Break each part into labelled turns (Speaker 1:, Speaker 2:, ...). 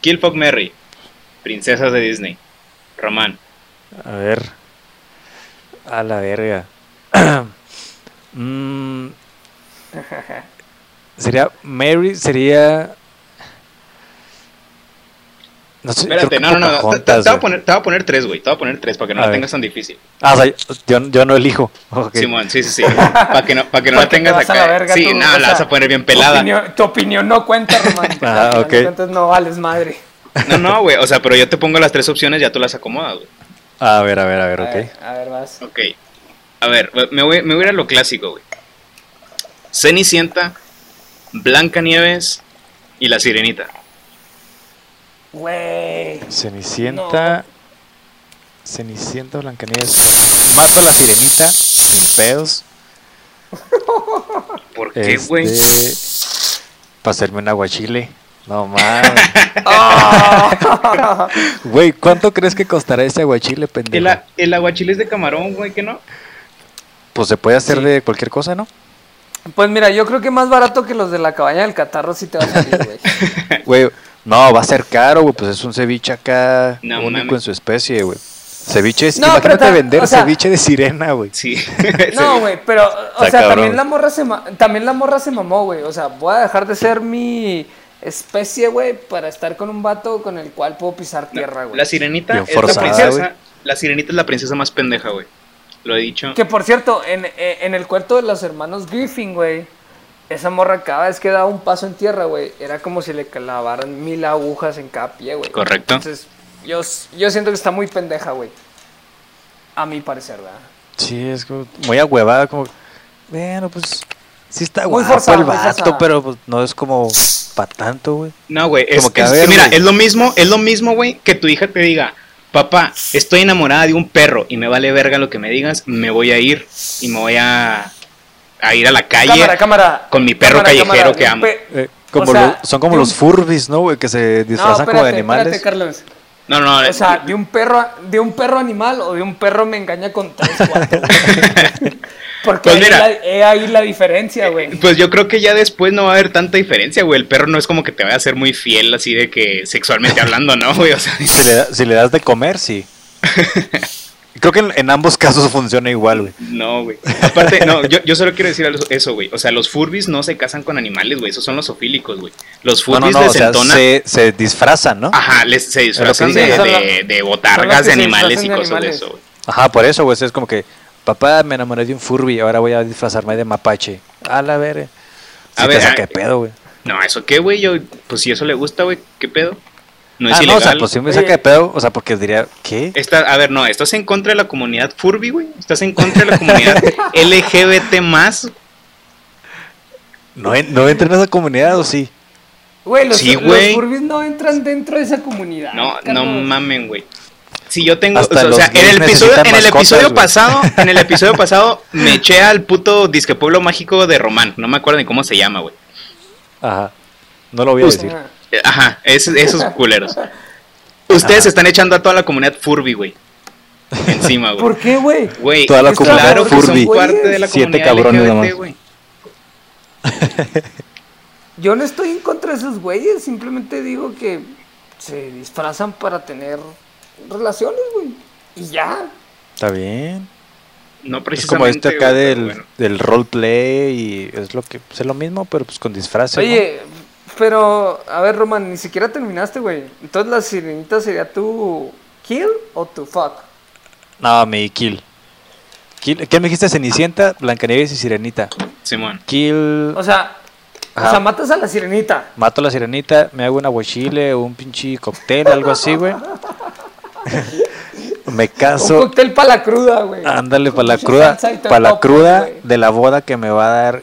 Speaker 1: Kill Fuck Mary, princesas de Disney. Román.
Speaker 2: A ver. A la verga. Mm, sería Mary, sería. No sé, creo
Speaker 1: Espérate,
Speaker 2: que
Speaker 1: no, no, no. Te, te-
Speaker 2: Pocahontas,
Speaker 1: te voy a
Speaker 2: güey.
Speaker 1: poner, te voy a poner tres, güey. Te voy a poner tres para que no
Speaker 2: A
Speaker 1: la
Speaker 2: ver.
Speaker 1: tengas tan difícil.
Speaker 2: Ah, o sea, yo, yo no elijo. Ok.
Speaker 1: Simón, sí, sí, sí. Para que no, para que no
Speaker 3: Pa'
Speaker 1: la
Speaker 3: que te
Speaker 1: tengas
Speaker 3: vas a
Speaker 1: acá.
Speaker 3: la verga
Speaker 1: sí,
Speaker 3: tú,
Speaker 1: nada,
Speaker 3: o
Speaker 1: la
Speaker 3: sea,
Speaker 1: vas a poner bien
Speaker 3: Tu
Speaker 1: pelada.
Speaker 3: opinión, tu opinión no cuenta, Román.
Speaker 2: Ah, ok.
Speaker 3: Entonces no vales madre.
Speaker 1: No, no, güey. O sea, pero yo te pongo las tres opciones, ya tú las acomodas, güey.
Speaker 2: A ver, a ver, a ver,
Speaker 3: A
Speaker 2: ok.
Speaker 3: ver, a ver, vas.
Speaker 1: Ok. A ver, me voy, me voy a ir a lo clásico, güey. Cenicienta, Blancanieves y la Sirenita.
Speaker 3: Güey.
Speaker 2: Cenicienta. Cenicienta, Blancanieves. Mato a la sirenita. Sin pedos.
Speaker 1: ¿Por qué, güey?
Speaker 3: Este,
Speaker 2: Para Este, hacerme un aguachile. No mames.
Speaker 3: Ah.
Speaker 2: Güey, ¿cuánto crees que costará ese aguachile, pendejo?
Speaker 1: El, a- el aguachile es de camarón, güey, que no.
Speaker 2: Pues se puede hacer de cualquier cosa, ¿no?
Speaker 3: Pues mira, yo creo que más barato que los de la cabaña del catarro sí te va a salir, güey.
Speaker 2: Güey, no, va a ser caro, güey. Pues es un ceviche acá
Speaker 1: No
Speaker 2: único
Speaker 1: mames.
Speaker 2: en su especie, güey. Ceviche es.
Speaker 3: No, pero
Speaker 2: imagínate
Speaker 3: ta-
Speaker 2: vender
Speaker 3: o sea-
Speaker 2: ceviche de sirena, güey.
Speaker 1: Sí.
Speaker 3: No, güey, pero, o
Speaker 2: Está
Speaker 3: sea,
Speaker 2: cabrón.
Speaker 3: también la morra se ma- también la morra se mamó, güey. O sea, voy a dejar de ser mi especie, güey, para estar con un vato con el cual puedo pisar tierra, güey.
Speaker 1: La Sirenita
Speaker 2: Bien
Speaker 1: es
Speaker 2: forzada,
Speaker 1: la princesa.
Speaker 2: güey.
Speaker 1: La Sirenita es la princesa más pendeja, güey. Lo he dicho.
Speaker 3: Que por cierto, en, eh, en el cuarto de los hermanos Griffin, güey, esa morra cada vez que daba un paso en tierra, güey, era como si le clavaran mil agujas en cada pie, güey.
Speaker 1: Correcto.
Speaker 3: Entonces, yo, s- yo siento que está muy pendeja, güey. A mi parecer, ¿verdad?
Speaker 2: Sí, es como muy ahuevada, como. Bueno, pues. Sí está
Speaker 3: Muy
Speaker 2: guapo
Speaker 3: forzada,
Speaker 2: el
Speaker 3: muy
Speaker 2: vato,
Speaker 3: forzada.
Speaker 2: pero pues, no es como. Pa' tanto, güey.
Speaker 1: No, güey. Es,
Speaker 2: Como que,
Speaker 1: es-
Speaker 2: a ver,
Speaker 1: mira,
Speaker 2: güey.
Speaker 1: es lo mismo, es lo mismo, güey, que tu hija te diga, papá, estoy enamorada de un perro y me vale verga lo que me digas, me voy a ir y me voy a, a ir a la calle.
Speaker 3: cámara, cámara.
Speaker 1: con mi perro callejero que
Speaker 3: un
Speaker 1: amo.
Speaker 3: pe-
Speaker 2: Eh,
Speaker 3: o
Speaker 2: como
Speaker 3: sea,
Speaker 2: lo- son como
Speaker 3: de un-
Speaker 2: los furbis, ¿no, güey? Que se
Speaker 3: No,
Speaker 2: disfrazan como de
Speaker 3: espérate,
Speaker 2: animales.
Speaker 3: espérate, Carlos.
Speaker 1: No, no,
Speaker 3: O sea, de un perro, de un perro animal o de un perro me engaña con tres, cuatro. güey. Porque
Speaker 1: Pues
Speaker 3: ahí
Speaker 1: mira.
Speaker 3: la- he ahí la diferencia, güey.
Speaker 1: Pues yo creo que ya después no va a haber tanta diferencia, güey. El perro no es como que te vaya a ser muy fiel así de que sexualmente hablando, ¿no, güey? O sea,
Speaker 2: Si le, da- si le das de comer, sí. Creo que en, en ambos casos funciona igual, güey.
Speaker 1: no, güey. Aparte, no, yo, yo solo quiero decir algo- eso, güey. O sea, los furbis no se casan con animales, güey. Esos son los zoofílicos, güey. Los
Speaker 2: No, no,
Speaker 1: furbis
Speaker 2: no, o
Speaker 1: les
Speaker 2: sea,
Speaker 1: entona-
Speaker 2: se, se disfrazan, ¿no?
Speaker 1: Ajá, les, se disfrazan
Speaker 2: Es lo
Speaker 1: de,
Speaker 2: que
Speaker 3: dicen.
Speaker 1: de-
Speaker 3: Son
Speaker 1: de
Speaker 3: son los
Speaker 1: botargas,
Speaker 3: que
Speaker 1: de
Speaker 3: se
Speaker 1: animales y
Speaker 3: disfrazan de
Speaker 1: cosas de
Speaker 3: animales.
Speaker 1: eso, güey.
Speaker 2: Ajá, por eso, güey. Es como que, papá, me enamoré de un Furby, ahora voy a disfrazarme de mapache. A la ver.
Speaker 1: A ver, ah,
Speaker 2: ¿qué pedo, güey?
Speaker 1: No, ¿eso qué, güey? Yo, pues si eso le gusta, güey, ¿qué pedo? No es
Speaker 2: ah, no, o
Speaker 1: ilegal. Eh.
Speaker 2: sea, pues sí me
Speaker 3: Oye.
Speaker 2: saca de pedo, o sea, porque diría, ¿qué?
Speaker 1: Está- a ver, no, estás en contra de la comunidad Furby, güey. Estás en contra de la comunidad LGBT más.
Speaker 2: ¿No, en- no entra en esa comunidad o sí?
Speaker 3: Güey, los,
Speaker 1: Sí,
Speaker 3: los
Speaker 1: güey.
Speaker 3: furbis no entran dentro de esa comunidad.
Speaker 1: No, no
Speaker 3: Carlos.
Speaker 1: mamen, güey. Si yo tengo,
Speaker 2: Hasta
Speaker 1: o sea,
Speaker 2: los
Speaker 1: en el
Speaker 2: gays
Speaker 1: episodio, en
Speaker 2: necesitan
Speaker 1: el
Speaker 2: mascotas,
Speaker 1: episodio
Speaker 2: güey.
Speaker 1: pasado, en el episodio pasado me eché al puto disque pueblo mágico de Román, no me acuerdo ni cómo se llama, güey.
Speaker 2: Ajá. No lo voy a
Speaker 3: O sea,
Speaker 2: decir.
Speaker 1: Eh, Ajá, es- esos culeros. Ustedes están echando a toda la comunidad Furby, güey. Encima, güey.
Speaker 3: ¿Por qué, güey?
Speaker 1: Güey,
Speaker 2: Toda la
Speaker 1: claro
Speaker 2: comunidad
Speaker 1: que son
Speaker 2: Furby.
Speaker 1: parte de la
Speaker 2: Siete
Speaker 1: comunidad
Speaker 2: cabrones
Speaker 1: LGBT,
Speaker 2: nomás.
Speaker 1: güey.
Speaker 3: Yo no estoy en contra de esos güeyes, simplemente digo que se disfrazan para tener relaciones, güey. Y ya.
Speaker 2: Está bien.
Speaker 1: No
Speaker 2: Es como
Speaker 1: precisamente.
Speaker 2: este acá
Speaker 1: güey, pero
Speaker 2: del,
Speaker 1: bueno.
Speaker 2: del roleplay y es lo que pues, es lo mismo, pero pues con disfraces. ¿no?
Speaker 3: Oye, pero, a ver, Roman, ni siquiera terminaste, güey. Entonces, la sirenita sería tu kill o tu fuck.
Speaker 2: No, mi kill. kill. ¿Qué me dijiste? Cenicienta, Blancanieves y Sirenita.
Speaker 1: Simón.
Speaker 2: Kill.
Speaker 3: O sea, o
Speaker 2: Ajá.
Speaker 3: sea, matas a la sirenita.
Speaker 2: mato a la sirenita, me hago un aguachile o un pinche cóctel, algo así, güey. me
Speaker 3: Un
Speaker 2: caso.
Speaker 3: cóctel para la cruda, güey.
Speaker 2: Ándale,
Speaker 3: Con
Speaker 2: para la
Speaker 3: mucha
Speaker 2: cruda.
Speaker 3: salsa y todo
Speaker 2: Para la
Speaker 3: topo,
Speaker 2: cruda
Speaker 3: güey.
Speaker 2: de la boda que me va a dar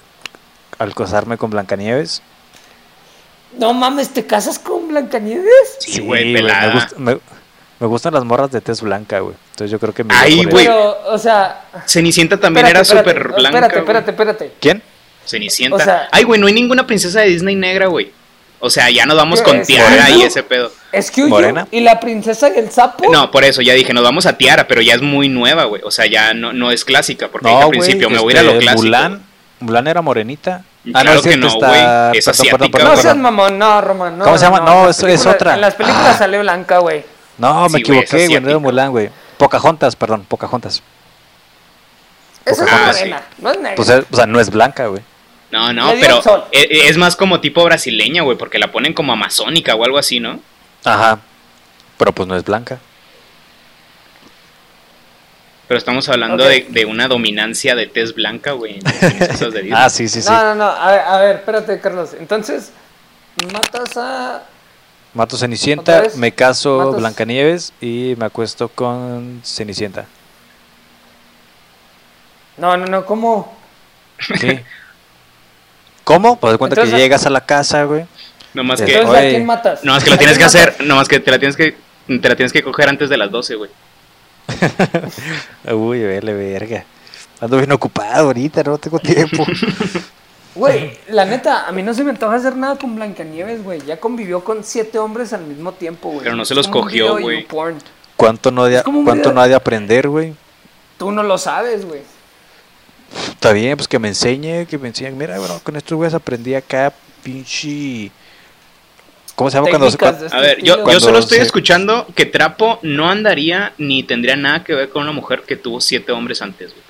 Speaker 2: al casarme con Blancanieves.
Speaker 3: No mames, ¿te casas con Blancanieves?
Speaker 1: Sí, güey, pelada.
Speaker 2: me, gust- me- me gustan las morras de tez blanca, güey. Entonces yo creo que me iría
Speaker 1: Ahí,
Speaker 2: por
Speaker 1: Güey.
Speaker 2: ahí.
Speaker 3: Pero, o sea.
Speaker 1: Cenicienta también
Speaker 3: espérate,
Speaker 1: era
Speaker 3: espérate,
Speaker 1: súper blanca.
Speaker 3: Espérate,
Speaker 1: güey.
Speaker 3: espérate, espérate.
Speaker 2: ¿Quién?
Speaker 1: Cenicienta.
Speaker 3: O sea-
Speaker 1: Ay, güey, no hay ninguna princesa de Disney negra, güey. O sea, ya nos vamos
Speaker 3: ¿Qué
Speaker 1: con
Speaker 3: es?
Speaker 1: tiara y
Speaker 3: ¿Morena?
Speaker 1: ese pedo.
Speaker 3: Es que
Speaker 2: Morena.
Speaker 3: y la princesa y el sapo.
Speaker 1: No, por eso ya dije, nos vamos a tiara, pero ya es muy nueva, güey. O sea, ya no, no es clásica, porque dije
Speaker 2: No,
Speaker 1: al
Speaker 2: güey.
Speaker 1: principio me voy a ir a
Speaker 2: este,
Speaker 1: lo clásico.
Speaker 2: Mulan, Mulan era morenita. Ah, no,
Speaker 1: claro
Speaker 2: es
Speaker 1: que
Speaker 2: cierto,
Speaker 1: no,
Speaker 2: está-
Speaker 1: güey. Es
Speaker 2: perdón,
Speaker 1: asiática,
Speaker 2: perdón, perdón,
Speaker 1: güey.
Speaker 3: No seas
Speaker 2: perdón.
Speaker 3: mamón, no, Román. No,
Speaker 2: ¿Cómo se llama?
Speaker 3: en
Speaker 2: No,
Speaker 3: las
Speaker 2: eso es
Speaker 3: películas-
Speaker 2: otra. Ah.
Speaker 3: En las películas sale blanca, güey.
Speaker 2: No, me
Speaker 1: Sí, güey, es
Speaker 2: equivoqué, güey. No era
Speaker 1: asiática.
Speaker 2: Mulan, güey. Pocahontas, perdón, Pocahontas.
Speaker 3: Esa es
Speaker 1: Ah,
Speaker 3: morena, no es negra.
Speaker 2: Pues, eh, o sea, no es blanca, güey.
Speaker 1: No,
Speaker 3: Le
Speaker 1: no,
Speaker 3: dio
Speaker 1: pero
Speaker 3: el sol.
Speaker 1: e- e- es, más como tipo brasileña, güey, porque la ponen como amazónica o algo así, ¿no?
Speaker 2: Ajá. Pero pues no es blanca.
Speaker 1: Pero estamos hablando
Speaker 3: Ok.
Speaker 1: de, de una dominancia de tez blanca, güey, en las princesas de Disney.
Speaker 2: Ah, sí, sí, sí.
Speaker 3: No, no, no, a ver, a ver, espérate, Carlos. Entonces, matas a...
Speaker 2: Mato Cenicienta,
Speaker 3: ¿Otra vez?
Speaker 2: me caso
Speaker 3: Matas-
Speaker 2: Blancanieves y me acuesto con Cenicienta.
Speaker 3: No, no, no, ¿cómo?
Speaker 2: Sí. ¿Cómo? Pues de cuenta que
Speaker 3: Entonces-
Speaker 2: llegas a la casa, güey.
Speaker 1: Nomás
Speaker 2: Desde
Speaker 1: que,
Speaker 3: Entonces,
Speaker 2: Oye.
Speaker 3: ¿a quién matas?
Speaker 1: nomás que lo
Speaker 3: ¿A
Speaker 1: tienes que
Speaker 3: quién
Speaker 1: hacer,
Speaker 3: matas?
Speaker 1: nomás que te la tienes que, te la tienes que coger antes de las 12, güey.
Speaker 2: Uy, vele, verga. Ando bien ocupado ahorita, no tengo tiempo.
Speaker 3: Güey, la neta, a mí no se me antoja hacer nada con Blancanieves, güey. Ya convivió con siete hombres al mismo tiempo, güey.
Speaker 1: Pero no se
Speaker 3: Es
Speaker 1: los
Speaker 3: como un
Speaker 1: cogió,
Speaker 3: video
Speaker 1: güey.
Speaker 3: you porn.
Speaker 2: ¿Cuánto no ha de,
Speaker 3: Es como un
Speaker 2: cuánto
Speaker 3: video-
Speaker 2: no ha de aprender, güey?
Speaker 3: Tú no lo sabes, güey.
Speaker 2: Está bien, pues que me enseñe, que me enseñe. Mira, bueno, con estos güeyes aprendí acá, pinche. ¿Cómo se llama cuando se.?
Speaker 3: Técnicas de-
Speaker 1: A ver, yo, yo
Speaker 2: Cuando
Speaker 1: solo estoy
Speaker 2: se-
Speaker 1: escuchando que Trapo no andaría ni tendría nada que ver con una mujer que tuvo siete hombres antes, güey.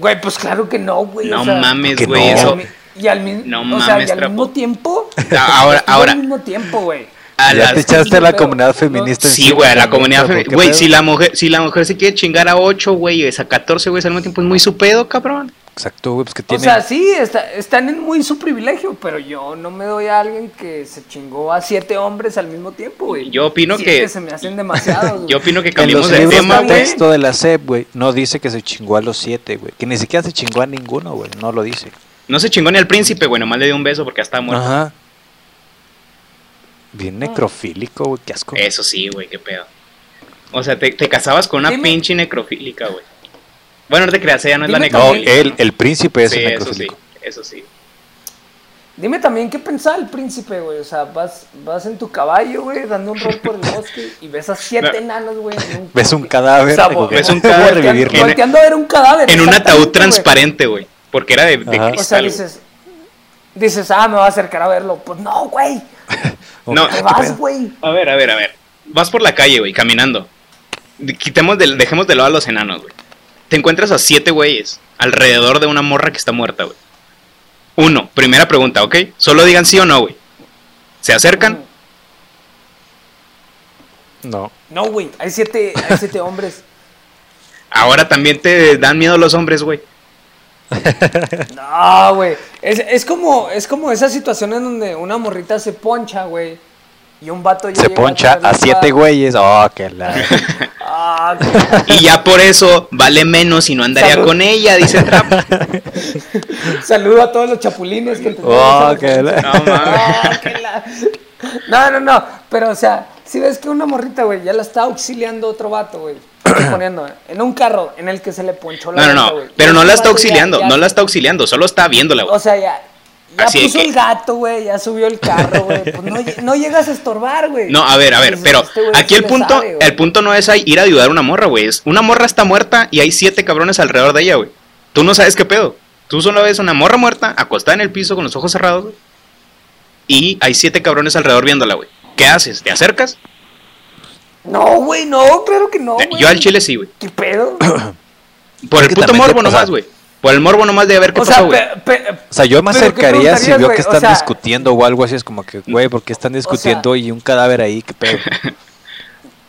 Speaker 3: Güey, pues claro que no, güey.
Speaker 1: No
Speaker 3: o sea,
Speaker 1: mames,
Speaker 2: que
Speaker 1: güey,
Speaker 2: no.
Speaker 1: eso.
Speaker 3: Y al, mismo
Speaker 1: No
Speaker 3: o sea, y
Speaker 1: mames,
Speaker 3: al
Speaker 1: trapo.
Speaker 3: mismo tiempo.
Speaker 1: Ah, Ahora,
Speaker 3: estuvo
Speaker 1: ahora,
Speaker 3: Al mismo tiempo, güey.
Speaker 1: a
Speaker 2: ya
Speaker 1: las-
Speaker 2: te echaste a la
Speaker 3: Pero-
Speaker 2: comunidad feminista.
Speaker 1: Sí,
Speaker 2: encima
Speaker 1: güey, a la
Speaker 2: también,
Speaker 1: comunidad
Speaker 2: cabrón,
Speaker 1: femenina.
Speaker 2: ¿qué
Speaker 1: Güey,
Speaker 2: pedo?
Speaker 1: si la mujer, si la mujer se quiere chingar a 8, güey, es a 14, güey, al mismo tiempo es muy su pedo, cabrón.
Speaker 2: Exacto, güey, pues que
Speaker 3: O
Speaker 2: tiene.
Speaker 3: sea, sí, está- están en muy su privilegio, pero yo no me doy a alguien que se chingó a siete hombres al mismo tiempo, güey.
Speaker 1: Yo opino
Speaker 3: Siete
Speaker 1: que-
Speaker 3: se me hacen demasiados, güey.
Speaker 1: Yo opino que
Speaker 2: en los
Speaker 1: cambiemos de
Speaker 2: libros
Speaker 1: tema,
Speaker 2: de
Speaker 1: güey.
Speaker 2: texto de la SEP, güey, no dice que se chingó a los siete, güey. Que ni siquiera se chingó a ninguno, güey. No lo dice.
Speaker 1: No se chingó ni al príncipe, güey, nomás le dio un beso porque ya estaba muerto. Ah.
Speaker 2: Ajá. Bien necrofílico, güey, qué asco.
Speaker 1: Eso sí, güey, qué pedo. O sea, te, te casabas con una
Speaker 3: Dime.
Speaker 1: pinche necrofílica, güey. Bueno, no te creas, ella no es
Speaker 3: Dime
Speaker 1: la
Speaker 2: No,
Speaker 1: necrofílica.
Speaker 2: él, el príncipe es
Speaker 1: Sí,
Speaker 2: el
Speaker 1: eso sí,
Speaker 2: necrofílico.
Speaker 1: eso sí.
Speaker 3: Dime también qué pensaba el príncipe, güey. O sea, vas, vas en tu caballo, güey, dando un rol por el bosque y ves a siete
Speaker 1: No.
Speaker 3: enanos, güey. en un-
Speaker 2: Ves un cadáver,
Speaker 3: O sea,
Speaker 2: como que
Speaker 1: ves un
Speaker 2: voy a
Speaker 1: cadáver,
Speaker 2: revivirlo.
Speaker 1: en-
Speaker 3: Volteando a ver un cadáver.
Speaker 1: En un
Speaker 3: exactamente,
Speaker 1: ataúd
Speaker 3: güey.
Speaker 1: transparente, güey. Porque era de, de
Speaker 2: Ajá.
Speaker 3: O
Speaker 1: cristal.
Speaker 3: sea,
Speaker 1: güey.
Speaker 3: dices, dices, ah, me voy a acercar a verlo. Pues no, güey.
Speaker 1: No,
Speaker 3: Te
Speaker 1: ¿qué
Speaker 3: vas, güey.
Speaker 1: A ver, a ver, a ver. Vas por la calle, güey, caminando. De- Quitemos del- dejemos de lado a los enanos, güey. Te encuentras a siete güeyes alrededor de una morra que está muerta, güey. Uno, primera pregunta, ¿ok? Solo digan sí o no, güey. ¿Se acercan?
Speaker 2: No.
Speaker 3: No, güey. Hay siete, hay siete hombres.
Speaker 1: Ahora también te dan miedo los hombres, güey.
Speaker 3: No, güey. Es, es como, es como esas situaciones donde una morrita se poncha, güey. Y un vato ya
Speaker 2: Se
Speaker 3: llega
Speaker 2: poncha
Speaker 3: atrás de
Speaker 2: a
Speaker 3: la
Speaker 2: siete
Speaker 3: espada.
Speaker 2: güeyes. Oh, qué la.
Speaker 3: Ah, qué-
Speaker 1: Y ya por eso vale menos y no andaría
Speaker 3: Salud.
Speaker 1: con ella, dice Trap.
Speaker 3: Saludo a todos los chapulines que entendieron esa
Speaker 2: Oh, qué
Speaker 3: referencia.
Speaker 1: No
Speaker 2: la.
Speaker 1: mames.
Speaker 3: Ah, qué la- No, no, no. Pero, o sea, si ves que una morrita, güey, ya la está auxiliando otro vato, güey. Estoy poniendo, eh, en un carro en el que se le ponchó la
Speaker 1: No, no,
Speaker 3: llanta,
Speaker 1: no.
Speaker 3: güey.
Speaker 1: Pero no
Speaker 3: Ese
Speaker 1: la está
Speaker 3: vato ya-
Speaker 1: auxiliando,
Speaker 3: ya-
Speaker 1: no la está auxiliando, solo está viéndola, güey.
Speaker 3: O sea, ya. Ya
Speaker 1: Así de
Speaker 3: puso
Speaker 1: que-
Speaker 3: el gato, güey, ya subió el carro, güey. Pues no, lle- no llegas a estorbar, güey.
Speaker 1: No, a ver, a ver,
Speaker 3: Dices,
Speaker 1: pero
Speaker 3: "Este güey
Speaker 1: aquí
Speaker 3: sí
Speaker 1: el
Speaker 3: le
Speaker 1: punto,
Speaker 3: sabe, güey".
Speaker 1: el punto no es ahí ir a ayudar a una morra, güey. Es una morra está muerta y hay siete cabrones alrededor de ella, güey. Tú no sabes qué pedo. Tú solo ves una morra muerta acostada en el piso con los ojos cerrados güey, y hay siete cabrones alrededor viéndola, güey. ¿Qué haces? ¿Te acercas?
Speaker 3: No, güey, no, claro que no,
Speaker 1: Eh,
Speaker 3: güey.
Speaker 1: Yo al chile sí, güey.
Speaker 3: ¿Qué pedo?
Speaker 1: Por
Speaker 2: Es
Speaker 1: el
Speaker 2: que
Speaker 1: puto
Speaker 2: también te-
Speaker 1: morbo
Speaker 2: o sea-
Speaker 1: nomás, güey. Por el morbo nomás de ver qué
Speaker 3: O
Speaker 1: pasa,
Speaker 3: sea,
Speaker 1: güey.
Speaker 3: pe- pe-
Speaker 2: O sea, yo me
Speaker 3: ¿pero qué
Speaker 2: acercaría si
Speaker 3: preguntarías,
Speaker 2: veo
Speaker 3: güey?
Speaker 2: que
Speaker 3: O
Speaker 2: están
Speaker 3: sea,
Speaker 2: discutiendo o algo así. Es como que, güey, ¿por qué están discutiendo y un cadáver ahí? ¿Qué pedo?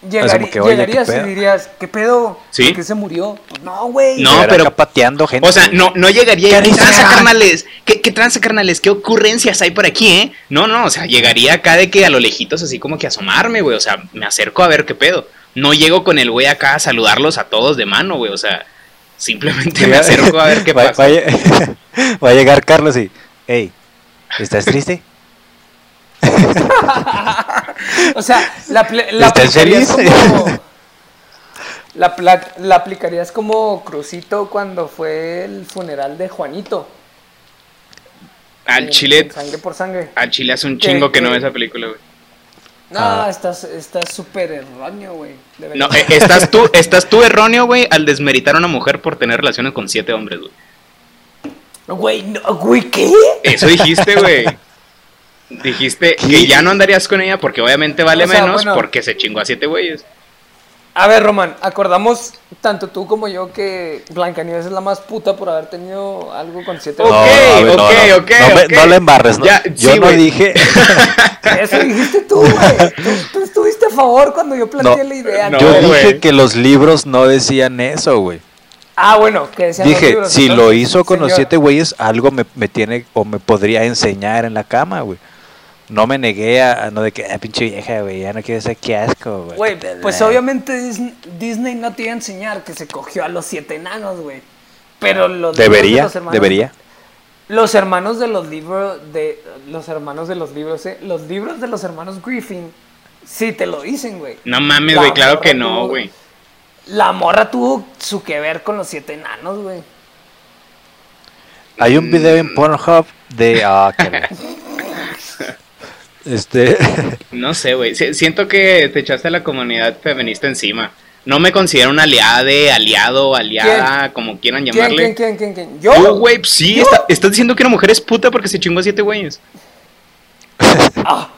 Speaker 3: llegarí-
Speaker 2: Es como que, oye, ¿qué
Speaker 3: llegarías y
Speaker 2: pedo?
Speaker 3: dirías, ¿qué pedo?
Speaker 1: Sí.
Speaker 3: ¿Por qué se murió? Pues no, güey.
Speaker 1: No,
Speaker 2: Llegar
Speaker 1: pero-
Speaker 2: acá pateando gente.
Speaker 1: O sea, no, no llegaría.
Speaker 2: ¿Qué
Speaker 1: ¿Qué tranza,
Speaker 2: dice? Ah.
Speaker 1: carnales? ¿Qué, ¿Qué tranza, carnales? ¿Qué ocurrencias hay por aquí, eh? No, no, o sea, llegaría acá de que a lo lejitos así como que asomarme, güey. O sea, me acerco a ver qué pedo. No llego con el güey acá a saludarlos a todos de mano, güey. O sea, simplemente me
Speaker 2: Llega-
Speaker 1: acerco a ver qué
Speaker 2: va,
Speaker 1: pasa.
Speaker 2: Va, a- va a llegar Carlos y, hey, ¿estás triste?
Speaker 3: O sea, la, pl- la
Speaker 2: ¿Estás
Speaker 3: aplicarías
Speaker 2: feliz?
Speaker 3: como... La, pla- la aplicarías como Crucito cuando fue el funeral de Juanito.
Speaker 1: Al
Speaker 3: En-
Speaker 1: chile, Ah.
Speaker 3: en Sangre por sangre.
Speaker 1: al chile hace un
Speaker 3: ¿Qué,
Speaker 1: chingo que
Speaker 3: qué?
Speaker 1: no ve esa película, güey.
Speaker 3: No,
Speaker 2: Ah.
Speaker 3: estás estás súper erróneo, güey. De
Speaker 1: No,
Speaker 3: verdad.
Speaker 1: eh, estás tú, estás tú erróneo, güey, al desmeritar a una mujer por tener relaciones con siete hombres, güey.
Speaker 3: Güey, no, güey, ¿qué?
Speaker 1: Eso dijiste, güey. Dijiste que ya no andarías con ella porque obviamente vale
Speaker 3: O sea,
Speaker 1: menos
Speaker 3: bueno.
Speaker 1: porque se chingó a siete güeyes.
Speaker 3: A ver, Román, acordamos tanto tú como yo que Blancanieves es la más puta por haber tenido algo con siete
Speaker 1: Ok,
Speaker 2: No,
Speaker 3: güeyes.
Speaker 2: a ver, no,
Speaker 1: ok,
Speaker 2: no.
Speaker 1: ok,
Speaker 2: No, me-
Speaker 1: ok.
Speaker 2: no le embarres, ¿no?
Speaker 1: Ya,
Speaker 2: Yo
Speaker 1: sí,
Speaker 2: no
Speaker 1: güey.
Speaker 2: dije.
Speaker 3: Eso dijiste tú, güey. Tú, tú estuviste a favor cuando yo planteé
Speaker 2: No,
Speaker 3: la idea.
Speaker 1: no.
Speaker 2: yo
Speaker 1: güey.
Speaker 2: dije que los libros no decían eso, güey.
Speaker 3: Ah, bueno, que decían los
Speaker 2: Dije,
Speaker 3: libros,
Speaker 2: si
Speaker 3: entonces,
Speaker 2: lo hizo con los
Speaker 3: señor,
Speaker 2: siete güeyes, algo me, me tiene o me podría enseñar en la cama, güey. No me negué a, a no de que, ah, pinche vieja, güey, ya no quiero ser qué asco, güey.
Speaker 3: Güey, pues obviamente Disney, Disney no te iba a enseñar que se cogió a los siete enanos, güey.
Speaker 1: Ah.
Speaker 3: Pero los libros de
Speaker 2: Debería,
Speaker 3: los hermanos-
Speaker 2: debería.
Speaker 3: Los hermanos de los libros de los hermanos de los libros, eh, los libros de los hermanos Griffin, sí te lo dicen, güey.
Speaker 1: No mames,
Speaker 3: La
Speaker 1: güey, claro
Speaker 3: morra
Speaker 1: que no,
Speaker 3: tuvo-
Speaker 1: güey.
Speaker 3: La morra tuvo su que ver con los siete enanos, güey.
Speaker 2: Hay un video en Pornhub de. Ah, que la- Este.
Speaker 1: No sé, güey. Si- Siento que te echaste a la comunidad feminista encima. No me considero una aliada, de aliado, aliada, como quieran
Speaker 3: ¿Quién,
Speaker 1: llamarle.
Speaker 3: quién, quién, quién, quién? Yo.
Speaker 1: Tú, güey, pues sí, está- estás diciendo que una mujer es puta porque se chingó a siete güeyes.
Speaker 3: Ah,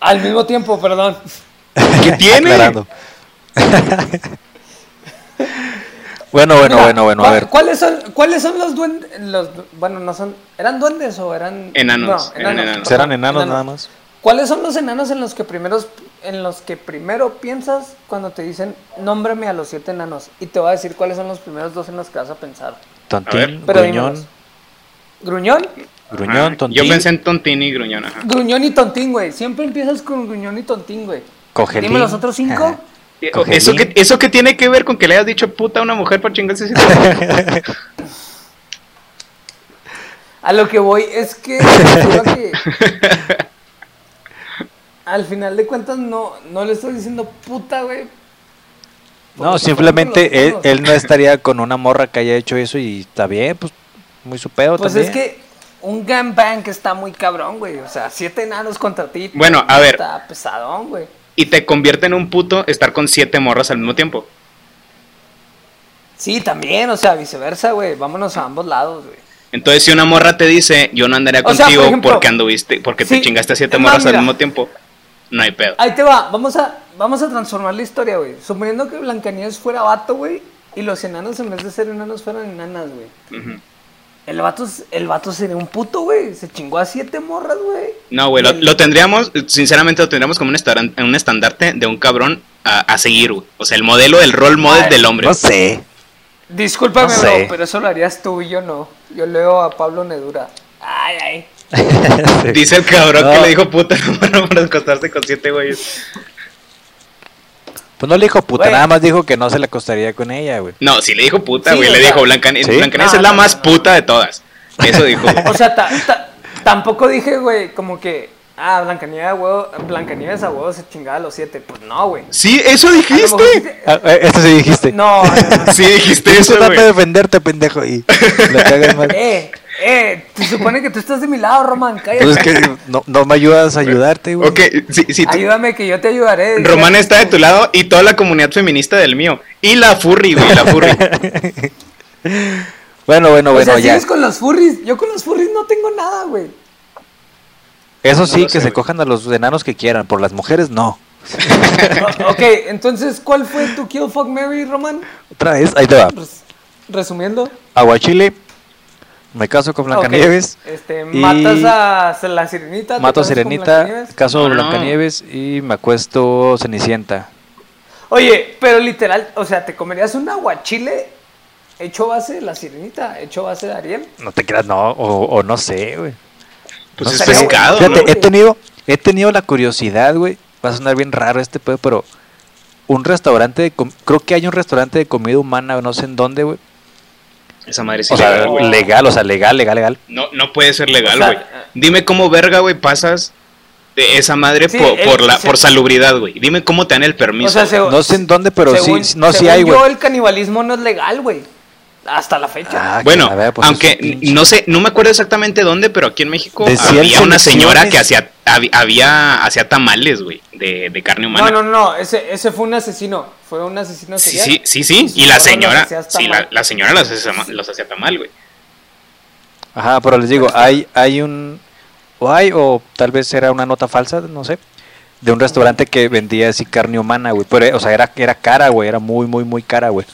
Speaker 3: al mismo tiempo, perdón.
Speaker 1: ¿Qué tiene?
Speaker 2: aclarando. bueno, bueno,
Speaker 3: Mira,
Speaker 2: bueno, bueno, a
Speaker 3: ¿cuál-
Speaker 2: ver.
Speaker 3: ¿Cuáles son, cuáles son los duendes? Los, du- bueno, no son. ¿Eran duendes o eran.?
Speaker 1: Enanos,
Speaker 3: No,
Speaker 1: eran
Speaker 3: enanos.
Speaker 1: enanos.
Speaker 3: Ajá,
Speaker 2: ¿Serán enanos nada más?
Speaker 3: ¿Cuáles son los enanos en los que primeros en los que primero piensas cuando te dicen nómbrame a los siete enanos? Y te voy a decir cuáles son los primeros dos en los que vas a pensar.
Speaker 2: Tontín,
Speaker 3: Pero
Speaker 2: gruñón,
Speaker 3: dímelos. Gruñón,
Speaker 2: gruñón,
Speaker 1: Ajá.
Speaker 2: tontín,
Speaker 1: Ah, Yo pensé en tontín y gruñón, ajá.
Speaker 3: gruñón y tontín, güey. Siempre empiezas con gruñón y tontín, güey.
Speaker 2: cogelín.
Speaker 3: Dime los otros cinco.
Speaker 2: Cogelín.
Speaker 1: ¿Eso que, ¿Eso que tiene que ver con que le hayas dicho puta a una mujer para chingarse siete güeyes?
Speaker 3: A lo que voy es que, creo que al final de cuentas no, no le estoy diciendo puta, güey.
Speaker 2: No,
Speaker 3: Porque
Speaker 2: simplemente él,
Speaker 3: fueron los
Speaker 2: él no estaría con una morra que haya hecho eso y está bien, pues muy su pedo
Speaker 3: Pues
Speaker 2: también.
Speaker 3: es que un gangbang está muy cabrón, güey. O sea, siete enanos contra ti.
Speaker 1: Bueno, a ver.
Speaker 3: Está pesadón, güey.
Speaker 1: y te convierte en un puto estar con siete morras al mismo tiempo.
Speaker 3: Sí, también, o sea, viceversa, güey. Vámonos a ambos lados, güey.
Speaker 1: Entonces, si una morra te dice, yo no andaré
Speaker 3: O sea, por
Speaker 1: contigo
Speaker 3: ejemplo,
Speaker 1: porque anduviste, porque te
Speaker 3: sí,
Speaker 1: chingaste a siete
Speaker 3: es más,
Speaker 1: morras al
Speaker 3: mira.
Speaker 1: mismo tiempo, no hay pedo.
Speaker 3: Ahí te va, vamos a, vamos a transformar la historia, güey. Suponiendo que Blancanieves fuera vato, güey, y los enanos en vez de ser enanos fueran enanas, güey.
Speaker 1: Ujú.
Speaker 3: El vato, es- el vato sería un puto, güey. Se chingó a siete morras, güey.
Speaker 1: No, güey, lo,
Speaker 3: El-
Speaker 1: lo tendríamos, sinceramente lo tendríamos como un, estaran- un estandarte de un cabrón a, a seguir, güey. O sea, el modelo, el role model
Speaker 3: Ay,
Speaker 1: del hombre.
Speaker 2: No sé.
Speaker 3: Discúlpame,
Speaker 2: No
Speaker 3: bro,
Speaker 2: sé.
Speaker 3: pero eso lo harías tú y yo no. Yo leo a Pablo Nedura. Ay, ay.
Speaker 1: Dice el cabrón
Speaker 2: No.
Speaker 1: que le dijo puta a la morra para acostarse con siete güeyes.
Speaker 2: Pues no le dijo puta,
Speaker 3: Güey.
Speaker 2: nada más dijo que no se le acostaría con ella, güey.
Speaker 1: No, sí le dijo puta,
Speaker 3: Sí,
Speaker 1: güey.
Speaker 3: o
Speaker 1: le
Speaker 3: sea,
Speaker 1: dijo Blanca,
Speaker 2: ¿sí?
Speaker 1: Blancanieves
Speaker 3: No,
Speaker 1: es la
Speaker 3: no,
Speaker 1: más
Speaker 3: no, no.
Speaker 1: puta de todas. Eso dijo. güey.
Speaker 3: O sea, ta- ta- tampoco dije, güey, como que, ah, Blancanieves a huevo, Blancanieves a huevo se chingaba a los siete. Pues no, güey.
Speaker 1: sí, eso
Speaker 3: A lo mejor
Speaker 1: dijiste.
Speaker 3: sí
Speaker 2: Ah, eh, Esto sí
Speaker 3: te-
Speaker 2: dijiste.
Speaker 3: No, no, no.
Speaker 1: Sí dijiste
Speaker 2: Tú
Speaker 1: eso,
Speaker 2: trata de
Speaker 1: güey.
Speaker 2: defenderte, pendejo, y la cagas mal.
Speaker 3: Eh, eh, se supone que tú estás de mi lado, Román, cállate.
Speaker 2: Pues es que no, no me ayudas a ayudarte, güey.
Speaker 1: Ok, sí, sí, tú-
Speaker 3: Ayúdame que yo te ayudaré.
Speaker 1: Román está de tu lado y toda la comunidad feminista del mío. Y la furry, güey, la furry. Pues
Speaker 2: Bueno, bueno,
Speaker 3: o
Speaker 2: bueno,
Speaker 3: sea,
Speaker 2: ya.
Speaker 3: sigues con los furries. Yo con los furries no tengo nada, güey.
Speaker 2: Eso
Speaker 1: No
Speaker 2: sí,
Speaker 1: lo
Speaker 2: que
Speaker 1: sé,
Speaker 2: se
Speaker 1: güey.
Speaker 2: cojan a los enanos que quieran, por las mujeres no.
Speaker 3: O- ok, entonces, ¿cuál fue tu Kill Fuck Mary, Román?
Speaker 2: Otra vez, ahí te va.
Speaker 3: Res- resumiendo.
Speaker 2: Aguachile, me caso con Blancanieves,
Speaker 3: Ok, Este,
Speaker 2: y-
Speaker 3: matas a la sirenita. te
Speaker 2: mato a
Speaker 3: casas con
Speaker 2: Sirenita,
Speaker 3: Blancanieves.
Speaker 1: No,
Speaker 2: caso
Speaker 1: no.
Speaker 2: Blancanieves y me acuesto Cenicienta.
Speaker 3: Oye, pero literal, o sea, ¿te comerías un aguachile hecho base de la sirenita? ¿Hecho base de Ariel?
Speaker 2: No te creas, no, o, o no sé, güey.
Speaker 1: Pues
Speaker 2: No
Speaker 1: es
Speaker 2: sé, güey.
Speaker 1: pescado,
Speaker 2: Fíjate, eh,
Speaker 1: ¿no?
Speaker 2: he tenido, he tenido la curiosidad, güey. Va a sonar bien raro este pedo, pero un restaurante de com- creo que hay un restaurante de comida humana, o no sé en dónde, güey.
Speaker 1: Esa madre sí
Speaker 2: O sea,
Speaker 1: legal, güey.
Speaker 2: legal, o sea, legal, legal, legal.
Speaker 1: No, no puede ser legal,
Speaker 3: O sea,
Speaker 1: güey.
Speaker 3: eh.
Speaker 1: Dime cómo verga, güey, pasas de esa madre
Speaker 3: Sí,
Speaker 1: po- por,
Speaker 3: el-
Speaker 1: la,
Speaker 3: se-
Speaker 1: por salubridad, güey. Dime cómo te dan el permiso.
Speaker 3: O sea, se-
Speaker 2: No sé en dónde, pero sí-
Speaker 3: según-
Speaker 2: no, sí
Speaker 3: según
Speaker 2: hay,
Speaker 3: yo,
Speaker 2: güey.
Speaker 3: el canibalismo no es legal, güey. Hasta la fecha.
Speaker 2: Ah, que
Speaker 1: bueno,
Speaker 2: la verga, pues,
Speaker 1: aunque
Speaker 2: es un pinche-
Speaker 1: no sé, no me acuerdo exactamente dónde, pero aquí en México
Speaker 2: Decían
Speaker 1: había una
Speaker 2: selecciones.
Speaker 1: señora que hacía habi- había hacía tamales, güey, de, de carne humana.
Speaker 3: no, no, no, ese, ese fue un asesino. Fue un asesino
Speaker 1: Sí,
Speaker 3: serial.
Speaker 1: sí, sí, sí.
Speaker 3: su
Speaker 1: Y la
Speaker 3: morra las
Speaker 1: señora,
Speaker 3: hacía hasta
Speaker 1: sí, la,
Speaker 3: mal.
Speaker 1: la señora los, hacía- los hacía tamal, güey.
Speaker 2: Ajá, pero les digo, hay, hay un. O hay, o tal vez era una nota falsa, no sé. De un restaurante que vendía así carne humana, güey. Pero, eh, o sea, era, era cara, güey. Era muy, muy, muy cara, güey.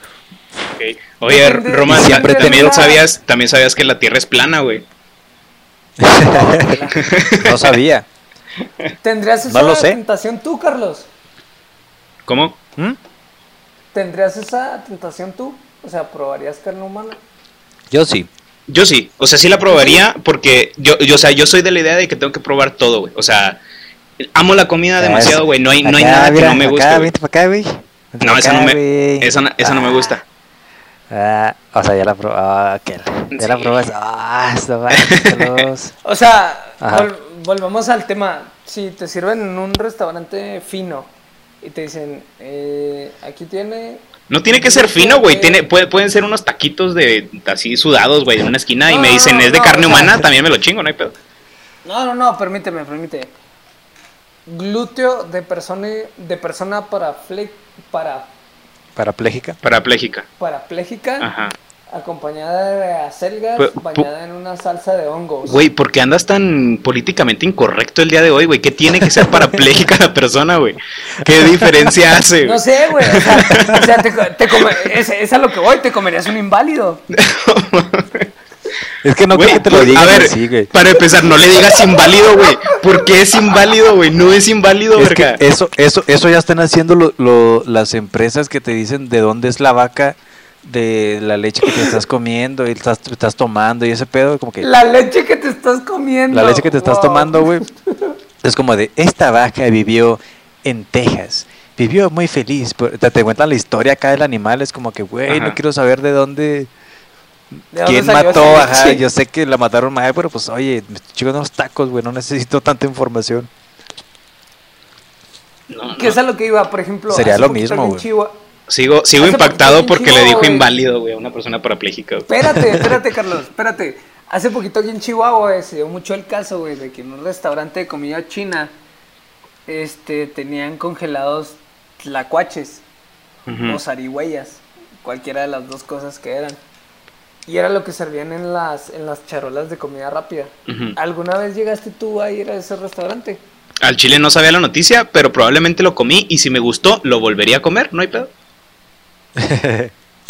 Speaker 1: Ok. Oye,
Speaker 3: Depende-
Speaker 1: Roman,
Speaker 2: Y siempre
Speaker 1: también
Speaker 3: tendrá-
Speaker 1: sabías, también sabías que la Tierra es plana, güey.
Speaker 2: No sabía.
Speaker 3: ¿Tendrías
Speaker 2: No
Speaker 3: esa
Speaker 2: lo sé.
Speaker 3: tentación tú, Carlos?
Speaker 1: ¿Cómo?
Speaker 2: ¿Mm?
Speaker 3: ¿Tendrías esa tentación tú? O sea, ¿probarías carne humana?
Speaker 2: Yo sí.
Speaker 1: Yo sí, o sea, sí la probaría porque yo, yo, o sea, yo soy de la idea de que tengo que probar todo, güey. O sea, amo la comida Ah, demasiado, güey. No hay, no hay
Speaker 2: Acá,
Speaker 1: nada que
Speaker 2: mira,
Speaker 1: no me guste.
Speaker 2: Acá,
Speaker 1: güey.
Speaker 2: vente para acá, güey. Vente
Speaker 1: No,
Speaker 2: pa'
Speaker 1: esa no
Speaker 2: acá,
Speaker 1: me,
Speaker 2: güey.
Speaker 1: esa, no- esa no me gusta.
Speaker 2: Ah, o sea, ya la probé. Ah, que la- ya la
Speaker 1: Sí.
Speaker 2: probas. Ah, está Carlos.
Speaker 3: O sea,
Speaker 2: Ajá.
Speaker 3: vol- volvamos al tema. Si te sirven en un restaurante fino y te dicen, eh, aquí tiene...
Speaker 1: No tiene que ser fino, güey. Tiene, puede- pueden ser unos taquitos de así sudados, güey, en una esquina y
Speaker 3: No,
Speaker 1: me
Speaker 3: no,
Speaker 1: dicen,
Speaker 3: no,
Speaker 1: es de
Speaker 3: no,
Speaker 1: carne
Speaker 3: o sea-
Speaker 1: humana, también me lo chingo, no hay pedo.
Speaker 3: No, no, no, permíteme, permíteme. Glúteo de persona, de persona parafle- para,
Speaker 2: Parapléjica.
Speaker 1: Parapléjica.
Speaker 3: parapléjica
Speaker 1: Ajá.
Speaker 3: acompañada de acelgas
Speaker 1: Pu- pu-
Speaker 3: bañada en una salsa de hongos.
Speaker 1: Güey, ¿por qué andas tan políticamente incorrecto el día de hoy, güey? ¿Qué tiene que ser parapléjica la persona, güey? ¿Qué diferencia hace?
Speaker 3: No
Speaker 1: güey?
Speaker 3: sé, güey. O sea, o sea, te, co- te come- es, es a lo que voy, te comerías un inválido.
Speaker 2: Es que no
Speaker 1: Güey,
Speaker 2: creo que te lo
Speaker 1: pues,
Speaker 2: digan
Speaker 1: a ver,
Speaker 2: así, güey.
Speaker 1: para empezar, no le digas inválido, güey. ¿Por qué es inválido, güey? No es inválido,
Speaker 2: Es
Speaker 1: verga.
Speaker 2: que eh, eso, eso, eso ya están haciendo lo- lo- las empresas que te dicen de dónde es la vaca de la leche que te estás comiendo y estás, estás tomando y ese pedo, como que la,
Speaker 3: La leche que te estás comiendo.
Speaker 2: leche que te estás
Speaker 3: Wow.
Speaker 2: tomando, güey. Es como de, esta vaca vivió en Texas, vivió muy feliz. por- Te, te cuentan la historia acá del animal, es como que, güey,
Speaker 1: Ajá.
Speaker 2: no quiero saber de dónde,
Speaker 3: ¿De dónde
Speaker 2: quién
Speaker 3: salió esa
Speaker 2: mató, ajá,
Speaker 3: leche?
Speaker 2: yo sé que la mataron mal, pero pues, oye, me estoy chingando unos tacos, güey, no necesito tanta información.
Speaker 1: No,
Speaker 3: Que
Speaker 1: no.
Speaker 3: es a lo que iba, por ejemplo.
Speaker 2: Sería
Speaker 3: hace
Speaker 2: lo
Speaker 3: poquito
Speaker 2: mismo,
Speaker 3: aquí en
Speaker 2: güey.
Speaker 3: Chihuahua-
Speaker 1: Sigo, sigo
Speaker 3: Hace
Speaker 1: impactado
Speaker 3: poquito
Speaker 1: porque le
Speaker 3: pinche
Speaker 1: dijo
Speaker 3: güey.
Speaker 1: inválido, güey, a una persona parapléjica, güey.
Speaker 3: Espérate, espérate, Carlos, espérate. Hace poquito aquí en Chihuahua güey, se dio mucho el caso, güey, de que en un restaurante de comida china este, tenían congelados tlacuaches
Speaker 1: Ujú.
Speaker 3: o zarigüeyas, cualquiera de las dos cosas que eran. Y era lo que servían en las, en las charolas de comida rápida.
Speaker 1: Ujú.
Speaker 2: Mm.
Speaker 3: ¿Alguna vez llegaste tú a ir a ese restaurante?
Speaker 1: Al chile no sabía la noticia, pero probablemente lo comí y si me gustó, lo volvería a comer, no hay pedo.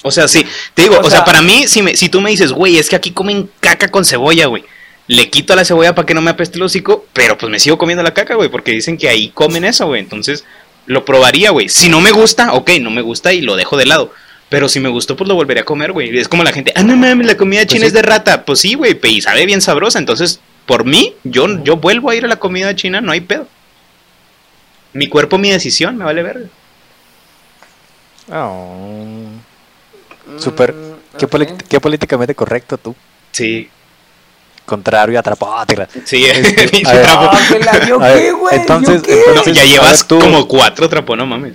Speaker 1: O sea, sí, te digo, o, sea,
Speaker 3: O sea-
Speaker 1: para mí, si, me- si tú me dices, güey, es que aquí comen caca con cebolla, güey, le quito la cebolla para que no me apeste el hocico, pero pues me sigo comiendo la caca, güey, porque dicen que ahí comen eso, güey, entonces lo probaría, güey. Si no me gusta, ok, no me gusta y lo dejo de lado. Pero si me gustó, pues lo volveré a comer, güey. Es como la gente, ah, no mames, la comida china
Speaker 2: sí.
Speaker 1: es de rata. Pues sí, güey, pe- y sabe bien sabrosa. Entonces, por mí, yo, yo vuelvo a ir a la comida china, no hay pedo. Mi cuerpo, mi decisión, me vale verga.
Speaker 2: Oh. Super.
Speaker 3: Mm,
Speaker 2: qué,
Speaker 3: ok.
Speaker 2: poli- qué políticamente correcto tú.
Speaker 1: Sí,
Speaker 2: Contrario a trapátela.
Speaker 1: sí,
Speaker 2: Este,
Speaker 1: pinche
Speaker 2: a ver.
Speaker 1: trapo.
Speaker 3: Ah, que la- ¿Yo
Speaker 2: A ver,
Speaker 3: qué, güey? ¿Yo
Speaker 2: entonces-
Speaker 3: qué?
Speaker 1: No,
Speaker 2: entonces-
Speaker 1: ya
Speaker 2: a
Speaker 1: llevas
Speaker 2: ver, tú,
Speaker 1: como cuatro trapo, no mames.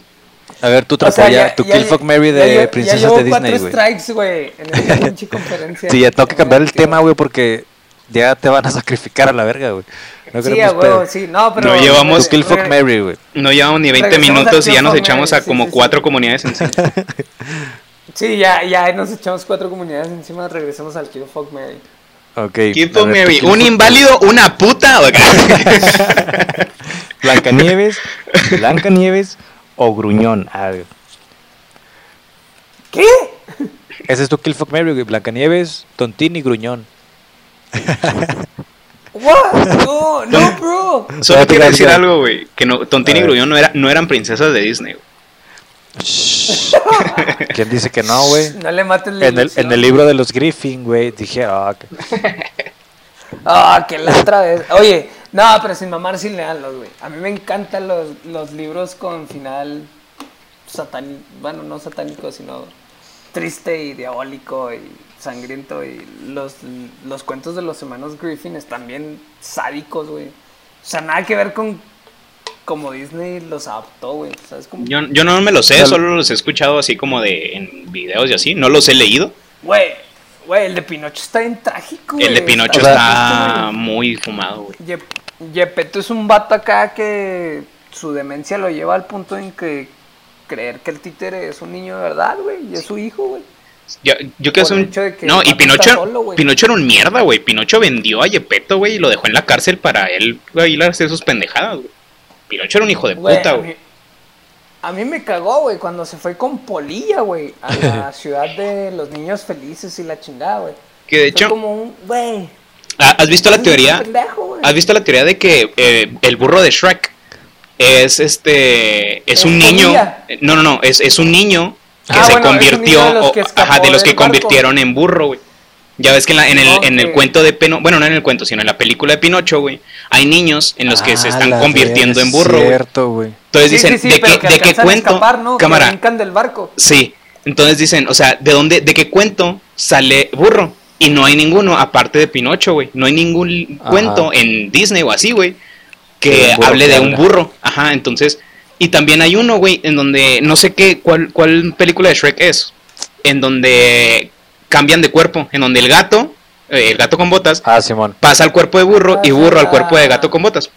Speaker 2: A ver, tú trapo,
Speaker 3: O sea,
Speaker 2: ya, tu Kill Fuck Mary
Speaker 3: ya
Speaker 2: de
Speaker 3: llevo- ya
Speaker 2: Princesas
Speaker 3: llevo
Speaker 2: de Disney,
Speaker 3: cuatro
Speaker 2: güey.
Speaker 3: strikes, güey, en esta pinche conferencia.
Speaker 2: Sí, ya tengo que cambiar el
Speaker 3: Tío.
Speaker 2: tema, güey, porque ya te van a sacrificar a la verga, güey. No
Speaker 3: Sí, a
Speaker 2: queremos
Speaker 3: huevo,
Speaker 2: pedo.
Speaker 3: sí. No, pero... este,
Speaker 1: No llevamos-
Speaker 2: Tu Kill Fuck
Speaker 3: Re-
Speaker 2: Mary, güey.
Speaker 1: No llevamos ni 20
Speaker 3: Regresamos
Speaker 1: minutos
Speaker 3: al
Speaker 1: y ya nos
Speaker 3: tiempo,
Speaker 1: echamos
Speaker 3: güey.
Speaker 1: a
Speaker 3: Sí,
Speaker 1: como
Speaker 3: sí, sí.
Speaker 1: cuatro comunidades encima.
Speaker 3: Sí, ya, ya nos echamos cuatro comunidades encima, regresemos al Kill Fuck Mary.
Speaker 1: Kid
Speaker 2: Ok. a
Speaker 1: Fuck
Speaker 2: ver, tu
Speaker 1: Mary,
Speaker 2: Kill
Speaker 1: un
Speaker 2: Fuck-
Speaker 1: inválido, una puta. o qué?
Speaker 2: Blancanieves, Blancanieves o Gruñón. Ah, A ver,
Speaker 3: ¿Qué?
Speaker 2: ese es tu Kill Fuck Mary, güey. Blancanieves, Tontín y Gruñón.
Speaker 3: What? No, no, bro.
Speaker 1: Solo
Speaker 2: No, tú
Speaker 1: quiero
Speaker 2: vas,
Speaker 1: decir
Speaker 2: güey.
Speaker 1: algo, güey. Que no, Tontín
Speaker 2: A
Speaker 1: y
Speaker 2: ver.
Speaker 1: Grullón no, era- no eran princesas de Disney. güey.
Speaker 2: Shh. ¿Quién dice que no, güey?
Speaker 3: No le mates la
Speaker 2: En el,
Speaker 3: ilusión.
Speaker 2: en el libro de los Griffin, güey, dije, ah, que-
Speaker 3: Ah, que la otra vez. Oye, no, pero sin mamar, sin leanlos, güey. A mí me encantan los, los libros con final satánico. Bueno, no satánico, sino triste y diabólico y sangriento. Y los, los cuentos de los hermanos Griffin están bien sádicos, güey. O sea, nada que ver con como Disney los adaptó, güey. O sea, es como.
Speaker 1: Yo, yo no me lo sé,
Speaker 2: Dale.
Speaker 1: solo los he escuchado así como de en videos y así. No los he leído.
Speaker 3: Güey, güey, el de Pinocho está bien trágico, güey.
Speaker 1: El de Pinocho
Speaker 2: está-
Speaker 1: está muy fumado, güey.
Speaker 3: Yep- Yepeto es un vato acá que su demencia lo lleva al punto en que creer que el títere es un niño de verdad, güey, y es su hijo, güey.
Speaker 1: Yo, yo quiero
Speaker 3: Por
Speaker 1: ser
Speaker 3: el
Speaker 1: un.
Speaker 3: hecho de que
Speaker 1: no, y
Speaker 3: Paco está
Speaker 1: Pinocho,
Speaker 3: solo, güey.
Speaker 1: Pinocho era un mierda, güey. Pinocho vendió a Yepeto, güey, y lo dejó en la cárcel para él ahí hacer sus pendejadas, güey. Pinocho era un hijo de
Speaker 3: Güey,
Speaker 1: puta,
Speaker 3: a
Speaker 1: güey.
Speaker 3: mí- A mí me cagó, güey, cuando se fue con Polilla, güey, a la ciudad de los niños felices y la chingada, güey.
Speaker 1: Que de
Speaker 3: Fue
Speaker 1: hecho,
Speaker 3: como un, güey.
Speaker 1: ¿ha- ¿has visto la
Speaker 3: es un
Speaker 1: teoría?
Speaker 3: pendejo, güey.
Speaker 1: ¿Has visto la teoría de que eh, el burro de Shrek es este. es
Speaker 3: Es
Speaker 1: un niño.
Speaker 3: comida.
Speaker 1: No, no, no, es, es un niño que
Speaker 3: Ah,
Speaker 1: se
Speaker 3: bueno, es un
Speaker 1: convirtió.
Speaker 3: niño de los
Speaker 1: o-
Speaker 3: que escapó
Speaker 1: ajá, de los
Speaker 3: del
Speaker 1: que
Speaker 3: barco.
Speaker 1: convirtieron en burro, güey. Ya ves que en, la- en el,
Speaker 3: No,
Speaker 1: en el
Speaker 3: que-
Speaker 1: cuento de Pinocho, bueno, no en el cuento, sino en la película de Pinocho, güey, hay niños en los que se
Speaker 2: Ah,
Speaker 1: están
Speaker 2: la
Speaker 1: convirtiendo
Speaker 2: verga,
Speaker 1: en burro, güey.
Speaker 2: Cierto, güey.
Speaker 1: Entonces
Speaker 3: Sí,
Speaker 1: Pues dicen,
Speaker 3: sí, sí,
Speaker 1: ¿de qué,
Speaker 3: pero que
Speaker 1: de qué
Speaker 3: alcanzan a
Speaker 1: cuento?
Speaker 3: escapar, ¿no? Que
Speaker 1: Cámara.
Speaker 3: brincan del barco.
Speaker 1: Sí. Entonces dicen, o sea, ¿de dónde, de qué cuento sale burro? Y no hay ninguno, aparte de Pinocho, güey. No hay ningún li-
Speaker 2: Ajá.
Speaker 1: cuento en Disney o así, güey,
Speaker 2: De
Speaker 1: que
Speaker 2: un burro
Speaker 1: hable
Speaker 2: que
Speaker 1: de un
Speaker 2: habla.
Speaker 1: burro. Ajá, entonces. Y también hay uno, güey, en donde no sé qué, cuál, cuál película de Shrek es. En donde cambian de cuerpo. En donde el gato, eh, el gato con botas,
Speaker 2: Ah, Simón.
Speaker 1: pasa al cuerpo de burro y burro al cuerpo de gato con botas.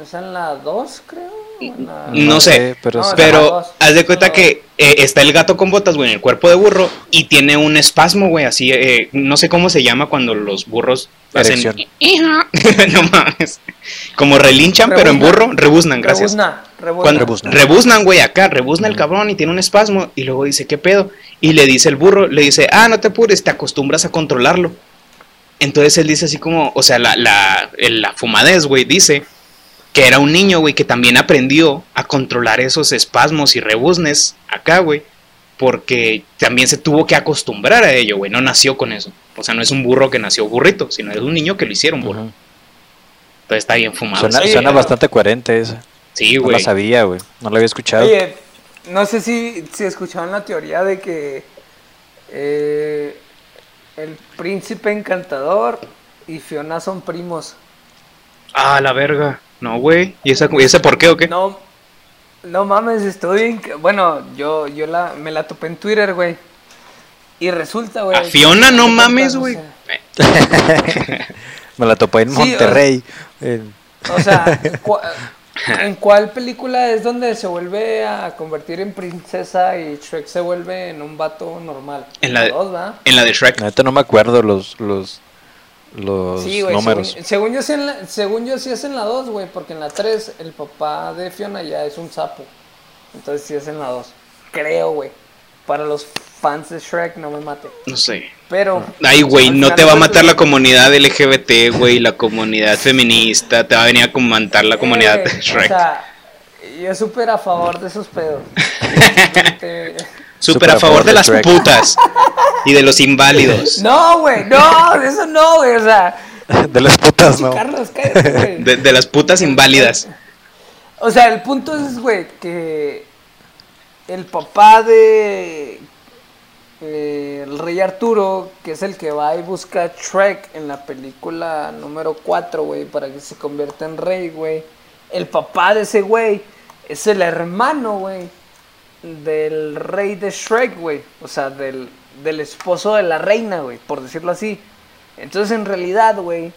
Speaker 3: Es en la 2, creo. o en la-
Speaker 1: No sé,
Speaker 2: pero
Speaker 3: No,
Speaker 2: sí.
Speaker 1: Pero
Speaker 3: Ajá.
Speaker 1: haz de cuenta
Speaker 3: Ajá.
Speaker 1: que eh, está el gato con botas, güey, en el cuerpo de burro y tiene un espasmo, güey, así, eh, no sé cómo se llama cuando los burros hacen...
Speaker 2: Erección.
Speaker 1: "Hija". no mames. Como relinchan, pero en
Speaker 3: Rebuznan.
Speaker 1: burro, rebuznan, gracias.
Speaker 3: Rebuzna, rebuzna.
Speaker 1: Cuando
Speaker 2: Rebuznan.
Speaker 1: rebuznan, güey, acá, rebuzna el cabrón y tiene un espasmo y luego dice, ¿qué pedo? Y le dice el burro, le dice, ah, no te apures, te acostumbras a controlarlo. Entonces él dice así como, o sea, la, la, el- la fumadez, güey, dice que era un niño, güey, que también aprendió a controlar esos espasmos y rebuznes acá, güey, porque también se tuvo que acostumbrar a ello, güey, no nació con eso. O sea, no es un burro que nació burrito, sino es un niño que lo hicieron burro.
Speaker 2: Ujú.
Speaker 1: Entonces está bien fumado.
Speaker 2: Suena,
Speaker 1: ese
Speaker 3: Sí,
Speaker 2: suena
Speaker 1: pedo.
Speaker 3: pero-
Speaker 2: bastante coherente esa.
Speaker 1: sí,
Speaker 2: No
Speaker 1: güey.
Speaker 2: la sabía, güey. No la había escuchado.
Speaker 3: Oye, no sé si, si escucharon la teoría de que eh, el príncipe encantador y Fiona son primos.
Speaker 1: Ah, la verga. No, güey. ¿Y esa, y ese por qué o qué?
Speaker 3: No, no mames, estoy bien que- Bueno, yo, yo la, me la topé en Twitter, güey. Y resulta, güey.
Speaker 1: a Fiona,
Speaker 3: que-
Speaker 1: no
Speaker 3: que-
Speaker 1: mames,
Speaker 3: o
Speaker 1: güey.
Speaker 3: sea,
Speaker 1: Eh,
Speaker 2: Me la topé en
Speaker 3: Sí, o-
Speaker 2: Monterrey. Eh, en-
Speaker 3: O sea, cua- ¿en cuál película es donde se vuelve a convertir en princesa y Shrek se vuelve en un vato normal?
Speaker 1: En la de-
Speaker 3: dos, ¿verdad?
Speaker 1: En la de Shrek.
Speaker 2: Neta no me acuerdo los los los
Speaker 3: Sí, güey.
Speaker 2: números.
Speaker 3: Según, según yo sí en la- según yo sí es en la 2, güey, porque en la 3 el papá de Fiona ya es un sapo. Entonces sí es en la 2. Creo, güey. Para los fans de Shrek no me mate.
Speaker 1: No sé.
Speaker 3: Pero...
Speaker 2: Ah.
Speaker 1: Ay, güey,
Speaker 3: al
Speaker 1: no
Speaker 3: final
Speaker 1: te va a
Speaker 3: de
Speaker 1: matar la
Speaker 3: cuentas-
Speaker 1: comunidad LGBT, güey, la comunidad feminista, te va a venir a matar la comunidad
Speaker 3: Eh,
Speaker 1: de Shrek.
Speaker 3: O sea, yo súper a favor de esos pedos. Este,
Speaker 1: Súper a favor de las
Speaker 2: Shrek.
Speaker 1: putas y de los inválidos.
Speaker 3: no, güey, no, de eso no, güey. O sea,
Speaker 2: De las putas, no.
Speaker 3: Carlos, cállate, güey.
Speaker 1: De, de las putas inválidas.
Speaker 3: O sea, el punto es, güey, que el papá de eh, el rey Arturo, que es el que va y busca a Shrek en la película número 4, güey, para que se convierta en rey, güey. El papá de ese güey es el hermano, güey, del rey de Shrek, güey. O sea, del, del esposo de la reina, güey, por decirlo así. Entonces, en realidad, güey,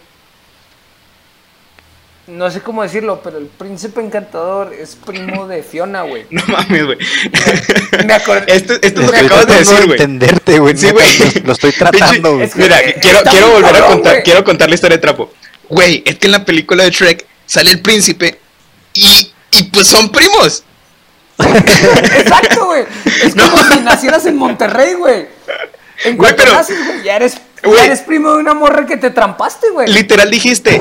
Speaker 3: no sé cómo decirlo, pero el príncipe encantador es primo de Fiona, güey.
Speaker 1: No mames, güey.
Speaker 3: Me acordé.
Speaker 1: Esto, esto es lo que
Speaker 2: Estoy
Speaker 1: acabas de
Speaker 2: tratando
Speaker 1: decir, güey.
Speaker 2: entenderte, güey.
Speaker 1: Pues Sí,
Speaker 2: neta,
Speaker 1: güey.
Speaker 2: Lo, lo estoy tratando, güey.
Speaker 1: Pinche- Mira,
Speaker 3: eh,
Speaker 1: quiero,
Speaker 3: está
Speaker 1: quiero
Speaker 3: muy
Speaker 1: volver a
Speaker 3: cabrón,
Speaker 1: contar,
Speaker 3: güey.
Speaker 1: quiero contar la historia de Trapo. Güey, es que en la película de Shrek sale el príncipe y, y pues son primos.
Speaker 3: Exacto, güey. Es como si nacieras en Monterrey, güey. En
Speaker 1: Güey,
Speaker 3: cuanto
Speaker 1: pero-
Speaker 3: naces, güey, ya eres, ya
Speaker 1: Güey.
Speaker 3: eres primo de una morra que te trampaste, güey.
Speaker 1: Literal dijiste,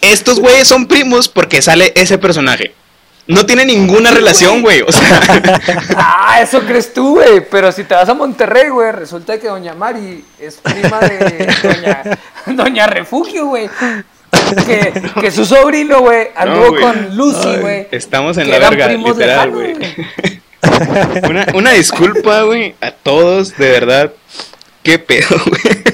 Speaker 1: estos güeyes son primos porque sale ese personaje. No tiene ninguna relación, güey. O sea,
Speaker 3: Ah, eso crees tú, güey. Pero si te vas a Monterrey, güey, resulta que Doña Mari es prima de Doña, Doña Refugio, güey. Que, que su sobrino, güey, anduvo
Speaker 1: güey.
Speaker 3: con Lucy, güey.
Speaker 1: estamos
Speaker 3: que
Speaker 1: en la
Speaker 3: eran
Speaker 1: verga,
Speaker 3: primos
Speaker 1: literal,
Speaker 3: lejanos,
Speaker 1: güey. Una, una disculpa, güey, a todos, de verdad. Qué pedo, güey.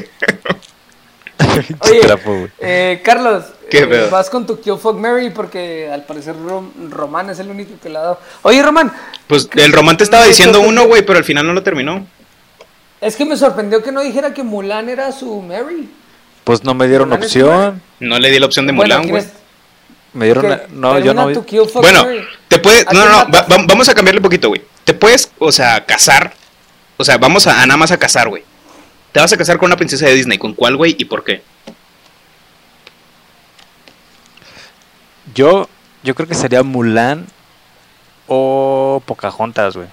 Speaker 2: Pinche
Speaker 3: Oye,
Speaker 2: trapo, güey.
Speaker 3: eh, Carlos,
Speaker 1: ¿Qué
Speaker 3: eh,
Speaker 1: pedo?
Speaker 3: vas con tu Kill Fuck Mary porque al parecer Rom- Román es el único que la ha dado. Oye, Román,
Speaker 1: Pues el romante estaba diciendo uno, güey, pero al final no lo terminó.
Speaker 3: es que me sorprendió que no dijera que Mulan era su Mary.
Speaker 2: Pues no me dieron
Speaker 3: Mulan es
Speaker 2: opción.
Speaker 1: No le di la opción de Mulan, güey.
Speaker 3: ¿quieres
Speaker 2: Me dieron.
Speaker 3: que
Speaker 2: la- No, yo
Speaker 3: termina
Speaker 2: no.
Speaker 3: tu Kill Fuck
Speaker 1: Bueno,
Speaker 3: Mary?
Speaker 1: te puedes.
Speaker 3: ¿A
Speaker 1: No,
Speaker 3: quién
Speaker 1: no,
Speaker 3: matas?
Speaker 1: va- va- vamos a cambiarle un poquito, güey. Te puedes, o sea, casar O sea, vamos a, a nada más a casar, güey. Te vas a casar con una princesa de Disney. ¿Con cuál, güey? ¿Y por qué?
Speaker 2: Yo, yo creo que sería Mulan o Pocahontas, güey.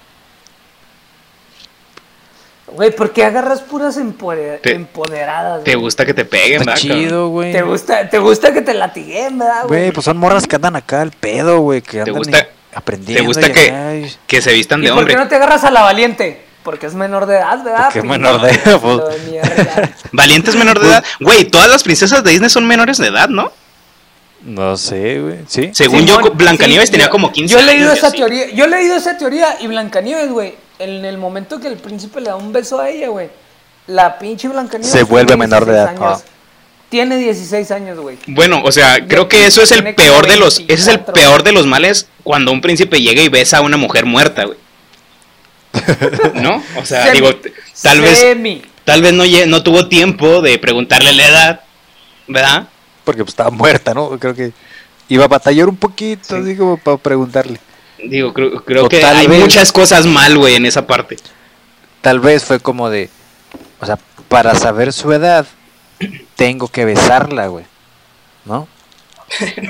Speaker 3: Güey, ¿por qué agarras puras empoder-
Speaker 1: Te-
Speaker 3: empoderadas,
Speaker 1: Te
Speaker 3: güey?
Speaker 1: gusta que te peguen,
Speaker 2: Está
Speaker 1: ¿verdad, cabrón?
Speaker 2: chido, güey.
Speaker 3: ¿Te gusta, te gusta que te latiguen, ¿verdad,
Speaker 2: Güey,
Speaker 3: güey?
Speaker 2: pues son morras que andan acá al pedo, güey, que andan
Speaker 1: gusta-
Speaker 2: y- aprendiendo.
Speaker 1: ¿Te gusta
Speaker 2: y
Speaker 1: que,
Speaker 2: acá, y-
Speaker 1: que se vistan
Speaker 3: ¿Y
Speaker 1: de
Speaker 3: por qué
Speaker 1: hombre?
Speaker 3: no te agarras a la valiente? Porque es menor de edad, ¿verdad?
Speaker 2: Porque es
Speaker 3: primo?
Speaker 2: menor de edad, pues.
Speaker 3: Lo de mierda.
Speaker 1: ¿Valiente es menor de edad? Güey, todas las princesas de Disney son menores de edad, ¿no?
Speaker 2: No sé, güey. Sí.
Speaker 1: Según yo,
Speaker 3: Simón,
Speaker 1: Blancanieves
Speaker 3: sí,
Speaker 1: tenía
Speaker 3: yo-
Speaker 1: como 15
Speaker 3: Yo he leído
Speaker 1: años,
Speaker 3: esa
Speaker 1: así.
Speaker 3: teoría, yo he leído esa teoría y Blancanieves, güey, en el momento que el príncipe le da un beso a ella, güey, la pinche Blancanieves
Speaker 2: Se
Speaker 3: tiene
Speaker 2: vuelve menor de
Speaker 3: 16
Speaker 2: edad,
Speaker 3: años.
Speaker 2: ah.
Speaker 3: Tiene 16 años, güey.
Speaker 1: Bueno, o sea, creo que eso es el
Speaker 3: Tiene
Speaker 1: peor
Speaker 3: como
Speaker 1: de los, ese es el
Speaker 3: 24.
Speaker 1: peor de los males cuando un príncipe llega y besa a una mujer muerta, güey. ¿No? O sea,
Speaker 3: Semi-
Speaker 1: digo, t- tal vez,
Speaker 3: Semi.
Speaker 1: tal vez no, lle- no tuvo tiempo de preguntarle la edad, ¿verdad?
Speaker 2: Porque pues, estaba muerta, ¿no? Creo que iba a batallar un poquito,
Speaker 1: Sí.
Speaker 2: así como para preguntarle.
Speaker 1: Digo, creo, creo
Speaker 2: O
Speaker 1: que
Speaker 2: tal
Speaker 1: hay
Speaker 2: vez-
Speaker 1: muchas cosas mal, güey, en esa parte.
Speaker 2: Tal vez fue como de, o sea, para saber su edad, tengo que besarla, güey. ¿No?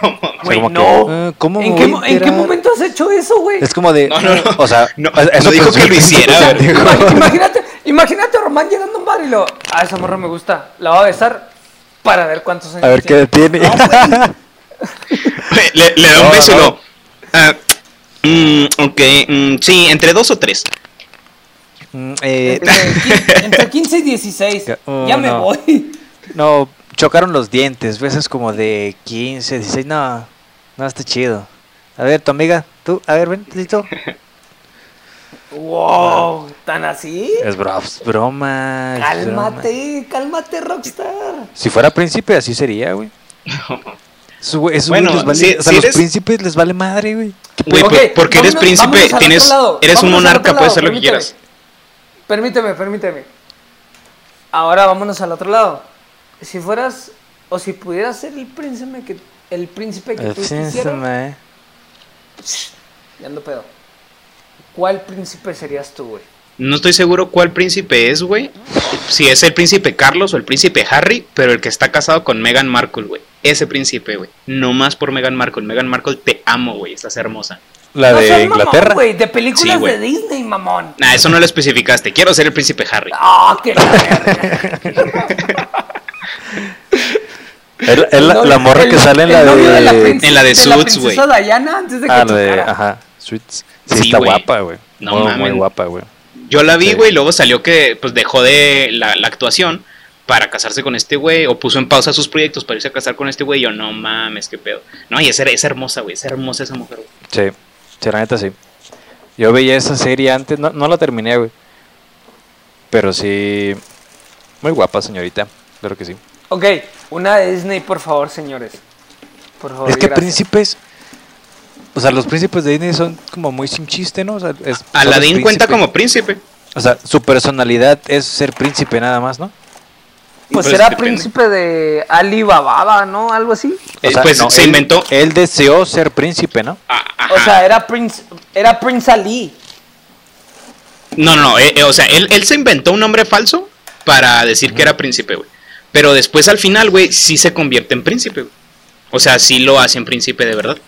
Speaker 1: No, mames.
Speaker 3: Güey,
Speaker 2: como que,
Speaker 1: Oh.
Speaker 3: no.
Speaker 2: eh, ¿cómo
Speaker 3: ¿En
Speaker 2: me
Speaker 3: qué,
Speaker 2: voy
Speaker 3: mo-
Speaker 2: a
Speaker 3: ¿En qué
Speaker 2: enterar?
Speaker 3: momento has hecho eso, güey?
Speaker 2: Es como de,
Speaker 1: No, no, no.
Speaker 2: o sea,
Speaker 1: No,
Speaker 2: o sea,
Speaker 1: no dijo
Speaker 2: pensó
Speaker 1: que
Speaker 2: el
Speaker 1: lo hiciera,
Speaker 2: príncipe,
Speaker 1: güey.
Speaker 2: dijo,
Speaker 3: Ima- Imagínate, imagínate a Román llegando a un bar y lo. A esa morra me gusta. La va a besar para ver cuántos años.
Speaker 2: A ver qué
Speaker 3: tiene.
Speaker 2: detiene.
Speaker 1: Güey, Le, le da un
Speaker 2: No,
Speaker 1: beso y
Speaker 2: no.
Speaker 1: lo. ah, mm, ok, mm, sí, entre dos o tres.
Speaker 2: Mm, eh,
Speaker 3: Entre, entre 15 y 16.
Speaker 2: Ya- oh,
Speaker 3: ya me
Speaker 2: no.
Speaker 3: voy.
Speaker 2: no, chocaron los dientes, veces como de 15, 16, no, no está chido. A ver, tu amiga, tú, a ver, ven, listo.
Speaker 3: Wow, ¿tan así?
Speaker 2: Es bro- es broma. es broma.
Speaker 3: Cálmate, cálmate, Rockstar.
Speaker 2: Si fuera príncipe, así sería, güey. Esos güey- esos
Speaker 1: Bueno,
Speaker 2: güeyes les vale-
Speaker 1: si-
Speaker 2: o sea,
Speaker 1: si
Speaker 2: los
Speaker 1: eres-
Speaker 2: príncipes les vale madre, güey.
Speaker 1: Güey,
Speaker 3: Ok,
Speaker 1: por- porque eres
Speaker 3: vámonos-
Speaker 1: príncipe,
Speaker 3: vámonos al
Speaker 1: tienes,
Speaker 3: otro lado,
Speaker 1: eres un
Speaker 3: vámonos al
Speaker 1: monarca,
Speaker 3: otro
Speaker 1: puedes
Speaker 3: lado,
Speaker 1: hacer lo que quieras.
Speaker 3: Permíteme, permíteme. Ahora vámonos al otro lado. Si fueras o si pudieras ser el príncipe que el príncipe que
Speaker 2: El
Speaker 3: tú
Speaker 2: príncipe,
Speaker 3: quisieras,
Speaker 2: eh.
Speaker 3: ya ando pedo. ¿Cuál príncipe serías tú, güey?
Speaker 1: No estoy seguro cuál príncipe es, güey. Si es el príncipe Carlos o el príncipe Harry, pero el que está casado con Meghan Markle, güey. Ese príncipe, güey. No más por Meghan Markle. Meghan Markle, te amo, güey. Estás hermosa.
Speaker 2: La
Speaker 3: No seas
Speaker 2: de
Speaker 3: mamón,
Speaker 2: Inglaterra.
Speaker 3: güey, de películas
Speaker 1: Sí, güey.
Speaker 3: de Disney, mamón.
Speaker 1: Nah, eso no lo especificaste. Quiero ser el príncipe Harry.
Speaker 3: Ah, qué la verga.
Speaker 2: Es la- es la,
Speaker 3: El
Speaker 2: la
Speaker 3: novio-
Speaker 2: morra que
Speaker 3: el-
Speaker 2: sale en
Speaker 3: el
Speaker 2: la de.
Speaker 3: novio princesa-
Speaker 1: En la de Suits, güey.
Speaker 3: princesa Diana antes de que
Speaker 2: ah, la de.
Speaker 3: chocara.
Speaker 2: Ajá. Sweets. Sí,
Speaker 1: Sí,
Speaker 2: está
Speaker 1: güey.
Speaker 2: guapa, güey.
Speaker 1: No
Speaker 2: muy,
Speaker 1: mames.
Speaker 2: muy guapa, güey.
Speaker 1: Yo la vi,
Speaker 2: Sí.
Speaker 1: güey, y luego salió que pues dejó de la, la actuación para casarse con este güey, o puso en pausa sus proyectos para irse a casar con este güey. Yo, no mames, qué pedo. No, y es, her- es hermosa, güey. Es hermosa esa mujer, güey.
Speaker 2: Sí. Sí, la neta, sí. Yo veía esa serie antes. No, no la terminé, güey. Pero sí. Muy guapa, señorita. Claro que sí.
Speaker 3: Ok, una de Disney, por favor, señores. Por favor.
Speaker 2: Es que
Speaker 3: Oh, gracias.
Speaker 2: príncipes. O sea, los príncipes de Disney son como muy sin chiste, ¿no? O sea, es- son los
Speaker 1: Aladdin cuenta
Speaker 2: príncipes.
Speaker 1: como príncipe.
Speaker 2: O sea, su personalidad es ser príncipe nada más, ¿no?
Speaker 1: Pues
Speaker 3: Pues era
Speaker 1: depende.
Speaker 3: príncipe de Ali Bababa, ¿no? Algo así.
Speaker 2: O
Speaker 1: Eh,
Speaker 2: sea,
Speaker 1: pues
Speaker 2: no,
Speaker 1: se
Speaker 2: él-
Speaker 1: inventó.
Speaker 2: Él deseó ser príncipe, ¿no?
Speaker 1: Ah, ajá.
Speaker 3: O sea, era Prince, era Prince Ali.
Speaker 1: No, no, no, eh, eh, o sea, él, él se inventó un nombre falso para decir que era príncipe, güey. Pero después al final, güey, sí se convierte en príncipe, güey. O sea, sí lo hacen príncipe de verdad.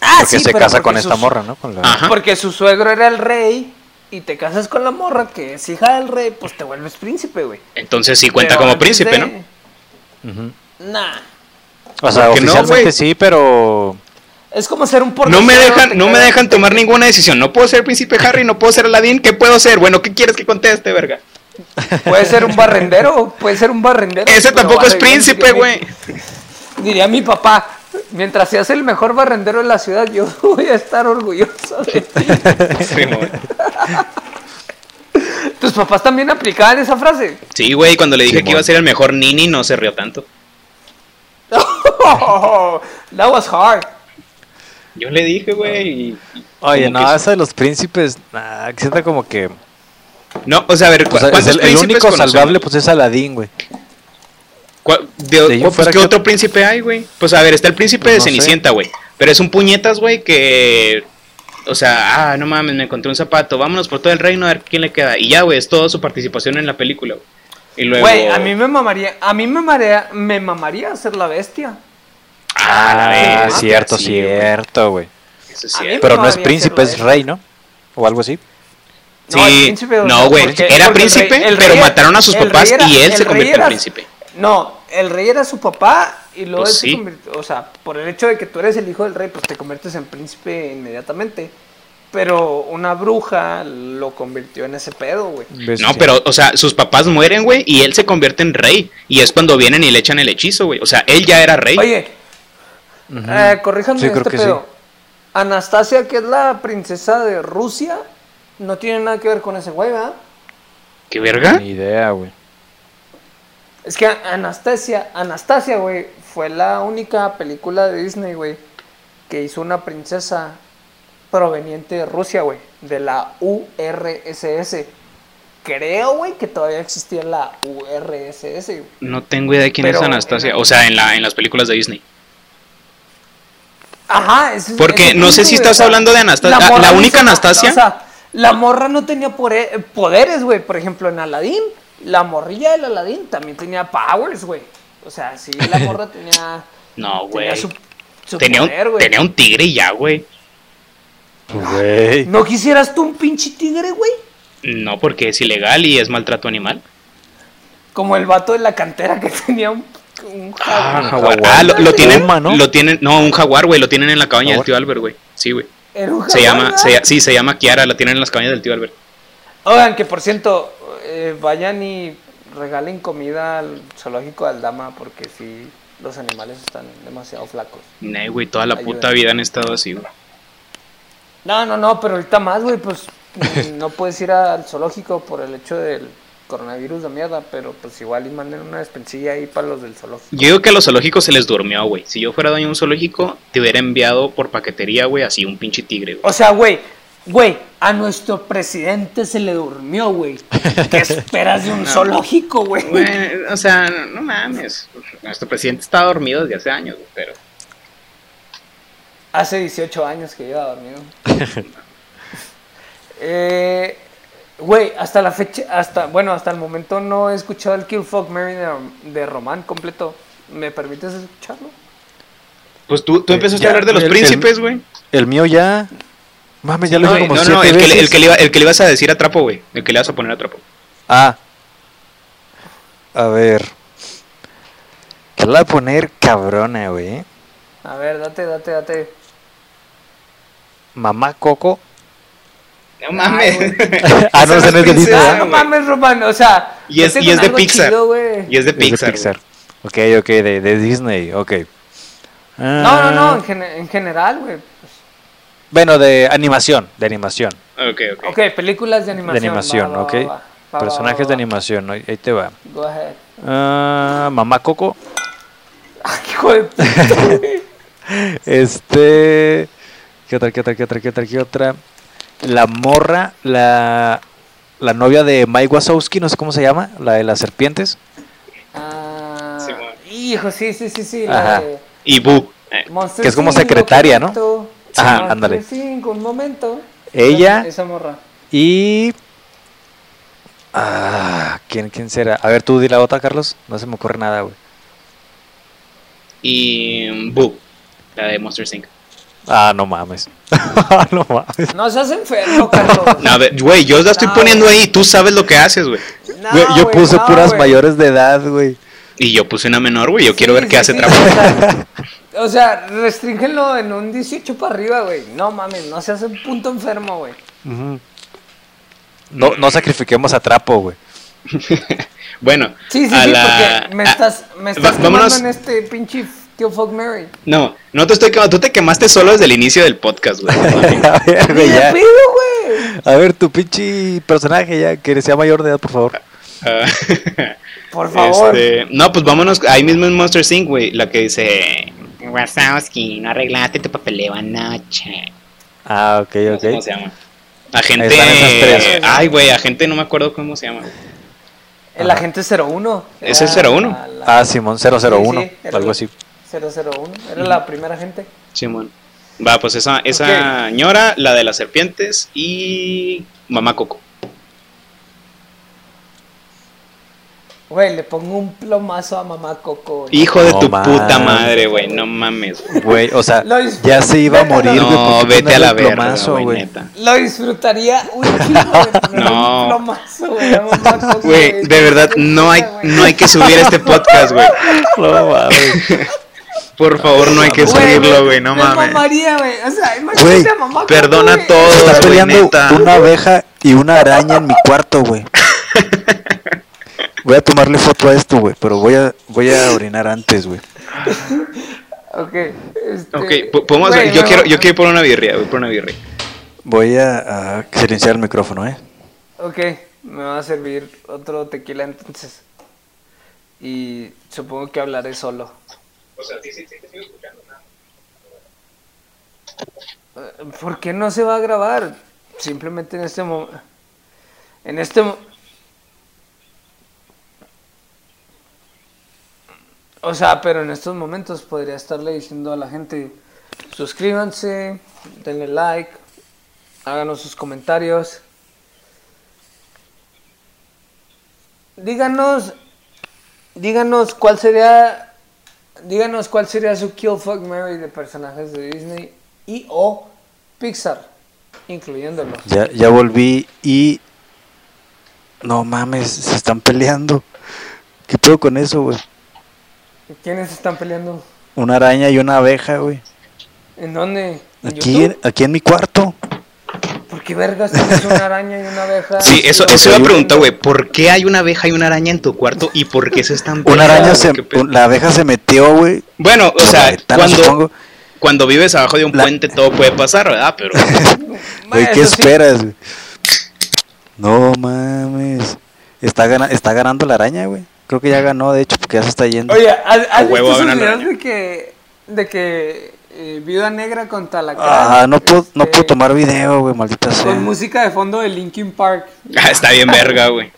Speaker 3: Ah,
Speaker 2: porque se
Speaker 3: sí, pero
Speaker 2: casa
Speaker 3: porque
Speaker 2: con
Speaker 3: su-
Speaker 2: esta morra, ¿no? Con la-
Speaker 1: Ajá.
Speaker 3: Porque su suegro era el rey y te casas con la morra que es hija del rey, pues te vuelves príncipe, güey.
Speaker 1: Entonces sí cuenta
Speaker 3: Pero
Speaker 1: como
Speaker 3: antes
Speaker 1: príncipe,
Speaker 3: de-
Speaker 1: ¿no?
Speaker 2: Ujú.
Speaker 3: Nah.
Speaker 2: O sea,
Speaker 1: Porque no,
Speaker 2: oficialmente
Speaker 1: güey.
Speaker 2: sí, pero.
Speaker 3: Es como ser un
Speaker 1: No me
Speaker 3: pordiosero,
Speaker 1: dejan,
Speaker 3: te
Speaker 1: no me
Speaker 3: quedas-
Speaker 1: dejan tomar ninguna decisión. No puedo ser príncipe Harry, no puedo ser Aladdin. ¿Qué puedo ser? Bueno, ¿qué quieres que conteste, verga?
Speaker 3: Puede ser un barrendero, puede ser un barrendero.
Speaker 1: Ese
Speaker 3: pero
Speaker 1: tampoco es
Speaker 3: barrendero,
Speaker 1: príncipe,
Speaker 3: diría mi-
Speaker 1: güey.
Speaker 3: Diría mi papá, mientras seas el mejor barrendero de la ciudad, yo voy a estar orgulloso de ti.
Speaker 1: Sí, güey.
Speaker 3: ¿Tus papás también aplicaban esa frase?
Speaker 1: Sí, güey, cuando le dije
Speaker 2: Simón.
Speaker 1: que iba a ser el mejor Nini, no se rió tanto.
Speaker 3: that was hard.
Speaker 1: Yo le dije, güey. y- y
Speaker 2: Oye,
Speaker 1: como
Speaker 2: no,
Speaker 1: que-
Speaker 2: esa de los príncipes. Nah, que sienta como que.
Speaker 1: Pues, No, o sea, a ver, ¿cu-
Speaker 2: o sea, es
Speaker 1: ¿cuántos
Speaker 2: el, el
Speaker 1: príncipes
Speaker 2: único
Speaker 1: conocemos?
Speaker 2: salvable, pues es Aladín, güey.
Speaker 1: ¿Cuál- de-
Speaker 2: De yo
Speaker 1: pues,
Speaker 2: fuera
Speaker 1: ¿Qué
Speaker 2: que-
Speaker 1: otro príncipe hay, güey? Pues a ver, está el príncipe
Speaker 2: Pues
Speaker 1: de
Speaker 2: no sé.
Speaker 1: Cenicienta, güey. Pero es un puñetas, güey, que O sea, ah, no mames, me encontré un zapato, vámonos por todo el reino a ver quién le queda. Y ya, güey, es toda su participación en la película, güey. Y luego.
Speaker 3: Güey, a mí me mamaría, a mí me marea, me mamaría ser la bestia.
Speaker 1: Ah, la
Speaker 2: Ah,
Speaker 1: bestia,
Speaker 2: cierto,
Speaker 1: sí,
Speaker 2: cierto, güey.
Speaker 1: güey, eso es
Speaker 3: A mí
Speaker 1: cierto.
Speaker 2: Pero no es
Speaker 3: Todavía
Speaker 2: príncipe,
Speaker 3: quiero
Speaker 2: es
Speaker 3: eso.
Speaker 2: rey, ¿no? O algo así.
Speaker 1: Sí, no, güey, era príncipe, pero mataron a sus
Speaker 3: el
Speaker 1: papás
Speaker 3: rey
Speaker 1: y él
Speaker 3: el
Speaker 1: se
Speaker 3: rey
Speaker 1: convirtió en
Speaker 3: era-
Speaker 1: príncipe.
Speaker 3: No, el rey era su papá y luego
Speaker 1: Pues
Speaker 3: él
Speaker 1: sí.
Speaker 3: se convirtió, o sea, por el hecho de que tú eres el hijo del rey, pues te conviertes en príncipe inmediatamente. Pero una bruja lo convirtió en ese pedo, güey.
Speaker 2: Bestia.
Speaker 1: No, pero, o sea, sus papás mueren, güey, y él se convierte en rey. Y es cuando vienen y le echan el hechizo, güey. O sea, él ya era rey.
Speaker 3: Oye,
Speaker 2: Ujú.
Speaker 1: Ah.
Speaker 3: eh, corríjanme
Speaker 2: Sí, creo
Speaker 3: este
Speaker 2: que sí.
Speaker 3: pedo. Anastasia, que es la princesa de Rusia, no tiene nada que ver con ese güey, ¿verdad?
Speaker 1: ¿Qué verga?
Speaker 2: Ni idea, güey.
Speaker 3: Es que Anastasia, Anastasia, güey, fue la única película de Disney, güey, que hizo una princesa proveniente de Rusia, güey, de la URSS. Creo, güey, que todavía existía la URSS, güey.
Speaker 1: No tengo idea de quién
Speaker 3: Pero- eh,
Speaker 1: es Anastasia. O sea, en, la, en las películas de Disney.
Speaker 3: Ajá, ese es-
Speaker 1: Porque
Speaker 3: ese
Speaker 1: no sé si
Speaker 3: punto, güey,
Speaker 1: estás
Speaker 3: o sea,
Speaker 1: hablando de Anastasia. La,
Speaker 3: morra
Speaker 1: la
Speaker 3: no
Speaker 1: única
Speaker 3: hizo nada,
Speaker 1: Anastasia.
Speaker 3: O sea, la morra no tenía pore- poderes, güey. Por ejemplo, en Aladdin, la morrilla del Aladdin también tenía powers, güey. O sea, sí, la morra tenía.
Speaker 1: no, güey.
Speaker 3: Tenía su, su
Speaker 1: Tenía,
Speaker 3: poder,
Speaker 1: un,
Speaker 3: güey.
Speaker 1: tenía un tigre y ya, güey. Pues,
Speaker 2: Güey.
Speaker 3: ¿No quisieras tú un pinche tigre, güey?
Speaker 1: No, porque es ilegal y es maltrato animal.
Speaker 3: Como el vato de la cantera que tenía un, un
Speaker 1: Ah,
Speaker 3: jaguar.
Speaker 1: jaguar.
Speaker 2: jaguar.
Speaker 1: Ah, lo, lo
Speaker 2: Una
Speaker 1: tienen.
Speaker 2: paloma, ¿no?
Speaker 1: Lo tienen. No, un jaguar, güey. Lo tienen en la cabaña del
Speaker 2: Jaguar.
Speaker 1: tío Albert, güey. Sí, güey.
Speaker 3: Era un
Speaker 1: Se
Speaker 3: jaguar,
Speaker 1: llama,
Speaker 3: ¿verdad?
Speaker 1: se- sí, se llama Kiara, la tienen en las cabañas del tío Albert.
Speaker 3: Oigan, que por cierto, eh, vayan y regalen comida al zoológico de Aldama porque sí, los animales están demasiado flacos.
Speaker 1: Nah, güey, toda la
Speaker 3: Ayuda.
Speaker 1: puta vida han estado así, güey.
Speaker 3: No, no, no, pero ahorita más, güey, pues mm, no puedes ir al zoológico por el hecho del coronavirus de mierda, pero pues igual y manden una despensilla ahí para los del zoológico.
Speaker 1: Yo digo que a los zoológicos se les durmió, güey. Si yo fuera dueño de un zoológico, te hubiera enviado por paquetería, güey, así un pinche tigre, güey.
Speaker 3: O sea, güey, güey, a nuestro presidente se le durmió, güey. ¿Qué esperas de un zoológico, güey?
Speaker 1: Güey, o sea, no, no mames. Nuestro presidente está dormido desde hace años, güey, pero.
Speaker 3: Hace 18 años que iba dormido. Eh, Güey, hasta la fecha, hasta, bueno, hasta el momento no he escuchado el Kill Fuck Mary de, de Román completo. ¿Me permites escucharlo?
Speaker 1: Pues tú, tú empezaste
Speaker 2: ya,
Speaker 1: a hablar de los
Speaker 2: el- el-
Speaker 1: príncipes, güey.
Speaker 2: El mío ya. Mames, ya lo
Speaker 1: No,
Speaker 2: hice como
Speaker 1: no,
Speaker 2: siete
Speaker 1: no, el que, le,
Speaker 2: veces.
Speaker 1: el que le iba, el que le ibas a decir a trapo, güey. El que le ibas a poner a trapo.
Speaker 2: Ah. A ver. ¿Qué le voy a poner cabrona, güey?
Speaker 3: A ver, date, date, date.
Speaker 2: Mamá Coco.
Speaker 1: No mames.
Speaker 3: güey.
Speaker 2: Ah, no, ese no es de Disney,
Speaker 3: Ah,
Speaker 2: ¿verdad?
Speaker 3: no mames, Román, o sea.
Speaker 1: Y es-
Speaker 3: vete
Speaker 1: y
Speaker 3: con
Speaker 1: es de
Speaker 3: algo
Speaker 1: Pixar.
Speaker 3: chido, güey.
Speaker 1: Y es de
Speaker 2: Es de
Speaker 1: Pixar. güey.
Speaker 2: Pixar. Ok, ok, de, de Disney, ok.
Speaker 3: No, no, no,
Speaker 2: Ah,
Speaker 3: en, gen- en general, güey.
Speaker 2: Bueno, de animación, de animación.
Speaker 1: Ok, ok.
Speaker 3: Ok, películas de animación.
Speaker 2: de animación,
Speaker 3: va, va,
Speaker 2: ok.
Speaker 3: va, va, va,
Speaker 2: Personajes
Speaker 3: va,
Speaker 2: de
Speaker 3: va.
Speaker 2: animación, ¿no? ahí te va.
Speaker 3: Go ahead.
Speaker 2: Ah, Mamá Coco.
Speaker 3: Ay, hijo de puta, güey.
Speaker 2: Este. ¿Qué otra, qué otra, qué otra, qué otra, qué otra? La morra, la. La novia de Mike Wazowski, no sé cómo se llama, la de las serpientes.
Speaker 3: Ah,
Speaker 1: Simón.
Speaker 3: hijo, sí, sí, sí, sí. la
Speaker 2: Ajá.
Speaker 3: de
Speaker 1: Y Bu. eh,
Speaker 3: Monster
Speaker 2: Que es como
Speaker 3: Inc,
Speaker 2: secretaria, ¿no?
Speaker 3: momento.
Speaker 2: Ajá,
Speaker 3: Monster
Speaker 2: ándale.
Speaker 3: Inc, un momento.
Speaker 2: Ella.
Speaker 3: Esa, esa morra.
Speaker 2: Y. Ah, ¿quién, ¿Quién será? A ver, tú di la otra, Carlos. No se me ocurre nada, güey.
Speaker 1: Y Bu. La de Monster Inc.
Speaker 2: Ah, no mames. Ah, no mames.
Speaker 3: No seas enfermo, Carlos.
Speaker 1: No, a ver, güey, yo la estoy
Speaker 3: No,
Speaker 1: poniendo ahí. Tú sabes lo que haces, güey.
Speaker 3: No,
Speaker 2: Güey, yo
Speaker 3: güey,
Speaker 2: puse
Speaker 3: no,
Speaker 2: puras
Speaker 3: güey.
Speaker 2: mayores de edad, güey.
Speaker 1: Y yo puse una menor, güey. Yo quiero
Speaker 3: Sí,
Speaker 1: ver qué
Speaker 3: sí,
Speaker 1: hace
Speaker 3: sí,
Speaker 1: trapo.
Speaker 3: o sea, O sea, restríngenlo en un 18 para arriba, güey. No mames, no seas un punto enfermo, güey.
Speaker 2: No, no sacrifiquemos a Trapo, güey.
Speaker 1: Bueno,
Speaker 3: Sí, sí,
Speaker 1: a
Speaker 3: sí,
Speaker 1: la-
Speaker 3: porque me
Speaker 1: a-
Speaker 3: estás, me
Speaker 1: va-
Speaker 3: estás
Speaker 1: vámonos.
Speaker 3: quemando en este pinche tío Fuck Mary.
Speaker 1: No, no te estoy quemando. Tú te quemaste solo desde el inicio del podcast, güey.
Speaker 2: a ver,
Speaker 3: ¡Ni
Speaker 2: güey,
Speaker 3: de
Speaker 2: ya.
Speaker 3: pedo, güey!
Speaker 2: A ver, tu pinche personaje ya, que sea mayor de edad, por favor.
Speaker 1: Ah,
Speaker 3: Por favor.
Speaker 1: este, no, pues vámonos. Ahí mismo en Monster Inc., güey. La que dice.
Speaker 4: Wazowski, no arreglaste tu papeleo anoche.
Speaker 2: Ah, ok,
Speaker 1: no
Speaker 2: ok.
Speaker 1: sé ¿Cómo se llama? Agente.
Speaker 2: Ahí están esas
Speaker 3: tres.
Speaker 1: Ay, güey, agente, no me acuerdo cómo se llama.
Speaker 3: El agente 01.
Speaker 1: Ese es
Speaker 3: Era
Speaker 1: 01.
Speaker 3: la- la-
Speaker 2: Ah, Simón 001,
Speaker 3: Sí, sí, era
Speaker 2: algo
Speaker 3: la-
Speaker 2: así.
Speaker 3: 001. Era la primera gente.
Speaker 1: Simón. Va, pues esa, esa ñora, la de las serpientes y Mamá Coco.
Speaker 3: Güey, le pongo un plomazo a mamá Coco. güey.
Speaker 1: Hijo de
Speaker 2: No
Speaker 1: tu
Speaker 2: mames.
Speaker 1: puta madre, güey. No mames. güey.
Speaker 2: Güey, o sea,
Speaker 3: Lo dis-
Speaker 2: ya se iba a morir, güey.
Speaker 1: No,
Speaker 2: ¿por qué
Speaker 1: vete a
Speaker 2: ponerle
Speaker 1: la
Speaker 2: un
Speaker 1: verga,
Speaker 2: plomazo,
Speaker 1: güey, neta.
Speaker 3: Lo disfrutaría un chingo de ponerle
Speaker 1: No.
Speaker 3: un plomazo, güey. a mamá Coco,
Speaker 1: Güey, de verdad, no hay, no hay que subir este podcast, güey.
Speaker 2: No mames.
Speaker 1: Por favor, no hay que
Speaker 3: Güey,
Speaker 1: subirlo, güey. No
Speaker 3: me
Speaker 1: mames.
Speaker 3: mamaría, güey. O sea, imagínate
Speaker 2: Güey,
Speaker 3: a mamá Coco,
Speaker 1: perdona
Speaker 3: güey.
Speaker 1: todo.
Speaker 2: Se está
Speaker 1: Güey,
Speaker 2: peleando
Speaker 1: neta.
Speaker 2: una abeja y una araña en mi cuarto, güey. Voy a tomarle foto a esto, güey, pero voy a, voy a orinar antes, güey.
Speaker 3: Ok, este,
Speaker 1: Ok, po- podemos.
Speaker 3: güey,
Speaker 1: yo,
Speaker 3: me
Speaker 1: quiero,
Speaker 3: mam-
Speaker 1: yo quiero por una birria, güey. Por una birria.
Speaker 2: Voy a, a silenciar el micrófono, ¿eh?
Speaker 3: Ok, me va a servir otro tequila entonces. Y supongo que hablaré solo.
Speaker 1: O sea, sí, sí, sí, te sigo escuchando.
Speaker 3: Eh, ¿Por qué no se va a grabar? Simplemente en este momento. En este mo- O sea, pero en estos momentos podría estarle diciendo a la gente, suscríbanse, denle like, háganos sus comentarios. Díganos, díganos cuál sería, díganos cuál sería su kill fuck Mary de personajes de Disney y o Pixar, incluyéndolo.
Speaker 2: Ya, ya volví y. No mames, se están peleando. ¿Qué puedo con eso, güey?
Speaker 3: ¿Quiénes están peleando?
Speaker 2: Una araña y una abeja, güey.
Speaker 3: ¿En dónde? ¿En
Speaker 2: Aquí,
Speaker 3: YouTube?
Speaker 2: en- aquí en mi cuarto.
Speaker 3: ¿Por qué vergas tienes una araña y una abeja?
Speaker 1: Sí, eso,
Speaker 3: Y
Speaker 1: eso iba a
Speaker 3: una-
Speaker 1: preguntar, güey. ¿Por qué hay una abeja y una araña en tu cuarto y por qué se están
Speaker 2: Una
Speaker 1: peleando,
Speaker 2: araña
Speaker 1: güey?
Speaker 2: se.
Speaker 1: ¿Qué pedo?
Speaker 2: un- la abeja se metió, güey.
Speaker 1: Bueno, o
Speaker 2: por la
Speaker 1: sea,
Speaker 2: ventana,
Speaker 1: cuando,
Speaker 2: supongo.
Speaker 1: cuando vives abajo de un
Speaker 2: La-
Speaker 1: puente todo puede pasar, ¿verdad? Pero
Speaker 2: Güey,
Speaker 3: Bueno,
Speaker 2: ¿qué
Speaker 3: eso sí.
Speaker 2: esperas, güey? No mames. Está, gana- está ganando la araña, güey. Creo que ya ganó, de hecho, porque ya se está yendo.
Speaker 3: Oye, ¿has, has
Speaker 1: huevo,
Speaker 3: visto
Speaker 1: una
Speaker 3: esos videos
Speaker 1: araña.
Speaker 3: de que, de que eh, Viuda Negra contra la
Speaker 2: Ah, no puedo, no
Speaker 3: este,
Speaker 2: puedo tomar video, güey, maldita sea.
Speaker 3: Con música de fondo de Linkin Park.
Speaker 1: Ah, está bien verga, güey.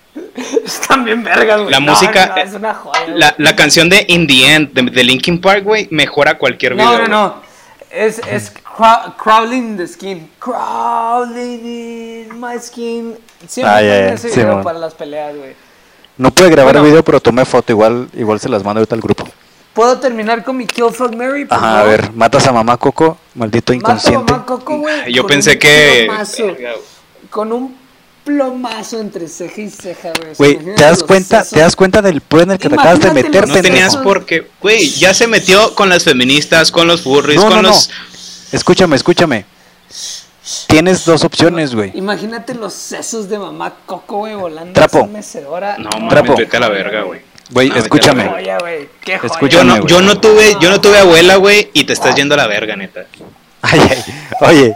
Speaker 3: Están bien vergas, güey.
Speaker 1: La
Speaker 3: No,
Speaker 1: música-
Speaker 3: no, es una joya. güey.
Speaker 1: La, la canción de In the End de, de Linkin Park, güey, mejora cualquier video.
Speaker 3: No, no,
Speaker 1: güey.
Speaker 3: no. Es, es crow- crawling in the skin. Crawling in my skin. Siempre
Speaker 2: Ah, ya,
Speaker 3: ponen
Speaker 2: ya,
Speaker 3: ese
Speaker 2: sí,
Speaker 3: video
Speaker 2: mon.
Speaker 3: para las peleas, güey.
Speaker 2: No pude grabar
Speaker 3: Bueno.
Speaker 2: video, pero tomé foto. Igual, igual se las mando ahorita al grupo.
Speaker 3: ¿Puedo terminar con mi Kill Fuck Mary? por
Speaker 2: Ajá, a
Speaker 3: favor?
Speaker 2: ver, matas a mamá Coco, maldito
Speaker 3: Mato a
Speaker 2: inconsciente.
Speaker 3: mamá Coco, güey.
Speaker 1: Ah, Yo
Speaker 3: con
Speaker 1: pensé
Speaker 3: un
Speaker 1: que.
Speaker 3: plomazo.
Speaker 1: Verga, güey.
Speaker 3: con un plomazo entre ceja y ceja, güey.
Speaker 2: Güey,
Speaker 3: Imagínate
Speaker 2: ¿te das
Speaker 3: los
Speaker 2: cuenta?
Speaker 3: sesos.
Speaker 2: ¿Te das cuenta del plan en el que te acabas de
Speaker 3: Imagínate
Speaker 2: meter,
Speaker 3: los
Speaker 1: No tenías
Speaker 2: pendejo?
Speaker 3: sesos.
Speaker 1: por qué. Güey, ya se metió con las feministas, con los furries,
Speaker 2: No,
Speaker 1: con
Speaker 2: no, no.
Speaker 1: los.
Speaker 2: Escúchame, escúchame. Tienes dos opciones, güey.
Speaker 3: Imagínate los sesos de mamá Coco, güey, volando.
Speaker 2: Trapo.
Speaker 3: esa mecedora.
Speaker 1: No,
Speaker 2: Trapo.
Speaker 1: mames, vete a la verga, güey.
Speaker 2: Güey,
Speaker 1: Ah,
Speaker 3: Qué
Speaker 2: escúchame.
Speaker 3: joya, güey. Qué joya.
Speaker 1: Yo
Speaker 2: Escúchame,
Speaker 1: no,
Speaker 2: güey.
Speaker 1: yo no tuve, yo no tuve abuela, güey, y te estás yendo a la verga, neta.
Speaker 2: Ay, ay, oye,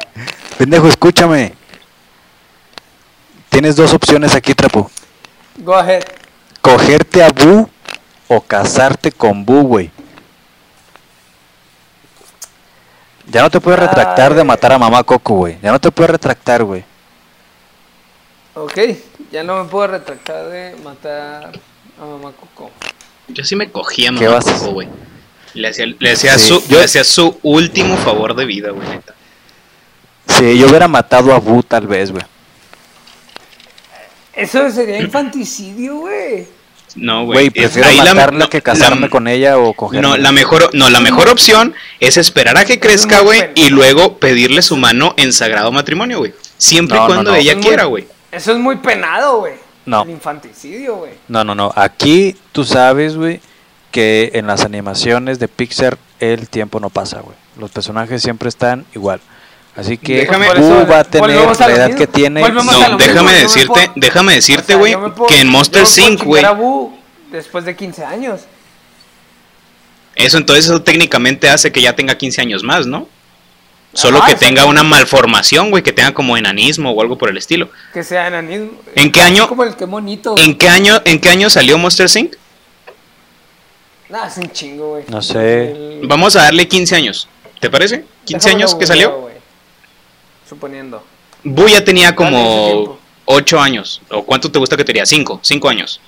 Speaker 2: pendejo, escúchame. Tienes dos opciones aquí, Trapo.
Speaker 3: Go ahead.
Speaker 2: Cogerte a Bu o casarte con Bu, güey. Ya no te puedes retractar de
Speaker 3: Ay.
Speaker 2: matar a mamá Coco, güey. Ya no te puedes retractar, güey.
Speaker 3: Ok, ya no me puedo retractar de matar a mamá Coco.
Speaker 1: Yo sí me cogía,
Speaker 2: ¿Qué
Speaker 1: mamá,
Speaker 2: vas a
Speaker 1: Coco,
Speaker 2: hacer?
Speaker 1: güey. Le hacía, le, hacía
Speaker 2: Sí,
Speaker 1: su,
Speaker 2: yo-
Speaker 1: le hacía su último favor de vida, güey, neta.
Speaker 2: Si yo hubiera matado a Bu, tal vez, güey.
Speaker 3: Eso sería infanticidio, güey.
Speaker 1: No,
Speaker 2: Güey,
Speaker 1: güey.
Speaker 2: prefiero
Speaker 1: Ahí la-
Speaker 2: matarla
Speaker 1: no,
Speaker 2: que casarme
Speaker 1: la-
Speaker 2: con ella o cogerla.
Speaker 1: No, la mejor, no, la mejor opción es esperar a que crezca,
Speaker 3: muy
Speaker 1: güey,
Speaker 3: pendejo.
Speaker 1: y luego pedirle su mano en sagrado matrimonio, güey. Siempre y
Speaker 2: No, no,
Speaker 1: cuando
Speaker 2: no.
Speaker 1: ella
Speaker 3: Eso es muy-
Speaker 1: quiera, güey.
Speaker 3: Eso es muy penado, güey.
Speaker 2: No.
Speaker 3: El infanticidio, güey.
Speaker 2: No, no, no. Aquí tú sabes, güey, que en las animaciones de Pixar el tiempo no pasa, güey. Los personajes siempre están igual. Así que
Speaker 1: Déjame-
Speaker 2: Boo
Speaker 3: Por eso,
Speaker 2: va a tener
Speaker 3: volvemos a
Speaker 2: la
Speaker 3: lo
Speaker 2: edad
Speaker 3: mismo.
Speaker 2: que tiene.
Speaker 3: Volvemos a
Speaker 1: No, déjame
Speaker 3: lo mismo, yo me
Speaker 1: decirte,
Speaker 3: puedo-
Speaker 1: déjame
Speaker 3: O
Speaker 1: decirte,
Speaker 3: sea,
Speaker 1: güey,
Speaker 3: yo me puedo-
Speaker 1: que en Monster
Speaker 3: yo me puedo
Speaker 1: Inc,
Speaker 3: chingar
Speaker 1: güey,
Speaker 3: a Boo Después de 15 años.
Speaker 1: eso entonces eso técnicamente hace que ya tenga 15 años más, ¿no? Solo
Speaker 3: Ah,
Speaker 1: que
Speaker 3: eso
Speaker 1: tenga
Speaker 3: sí.
Speaker 1: una malformación, güey, que tenga como enanismo o algo por el estilo.
Speaker 3: Que sea enanismo.
Speaker 1: ¿En qué año?
Speaker 3: Como el que monito.
Speaker 1: ¿En qué año, en qué año salió Monster Inc?
Speaker 3: Nah, es un chingo, güey.
Speaker 2: No sé.
Speaker 3: El-
Speaker 1: Vamos a darle 15 años. ¿Te parece? 15
Speaker 3: Déjamelo
Speaker 1: años que
Speaker 3: googleo,
Speaker 1: salió.
Speaker 3: güey. Suponiendo.
Speaker 1: Bu ya tenía
Speaker 3: Dale ese tiempo.
Speaker 1: como 8 años. ¿O cuánto te gusta que tenía? 5, 5 años.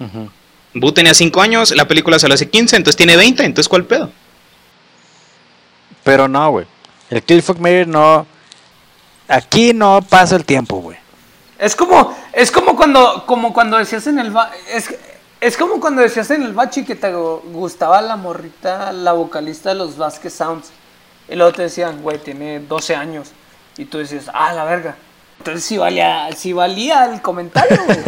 Speaker 2: Ujú.
Speaker 1: Bu tenía 5 años, la película salió hace 15, entonces tiene 20, entonces ¿cuál pedo?
Speaker 2: Pero no, güey. El Kill Fuck Mary no. Aquí no pasa el tiempo, güey.
Speaker 3: Es como, es como cuando, como cuando decías en el ba- es, es como cuando decías en el bachi que te gu- gustaba la morrita, la vocalista de los Vasquez Sounds. Y luego te decían, güey, tiene 12 años. Y tú decías, ah, la verga. Entonces sí valía, sí valía el comentario, güey.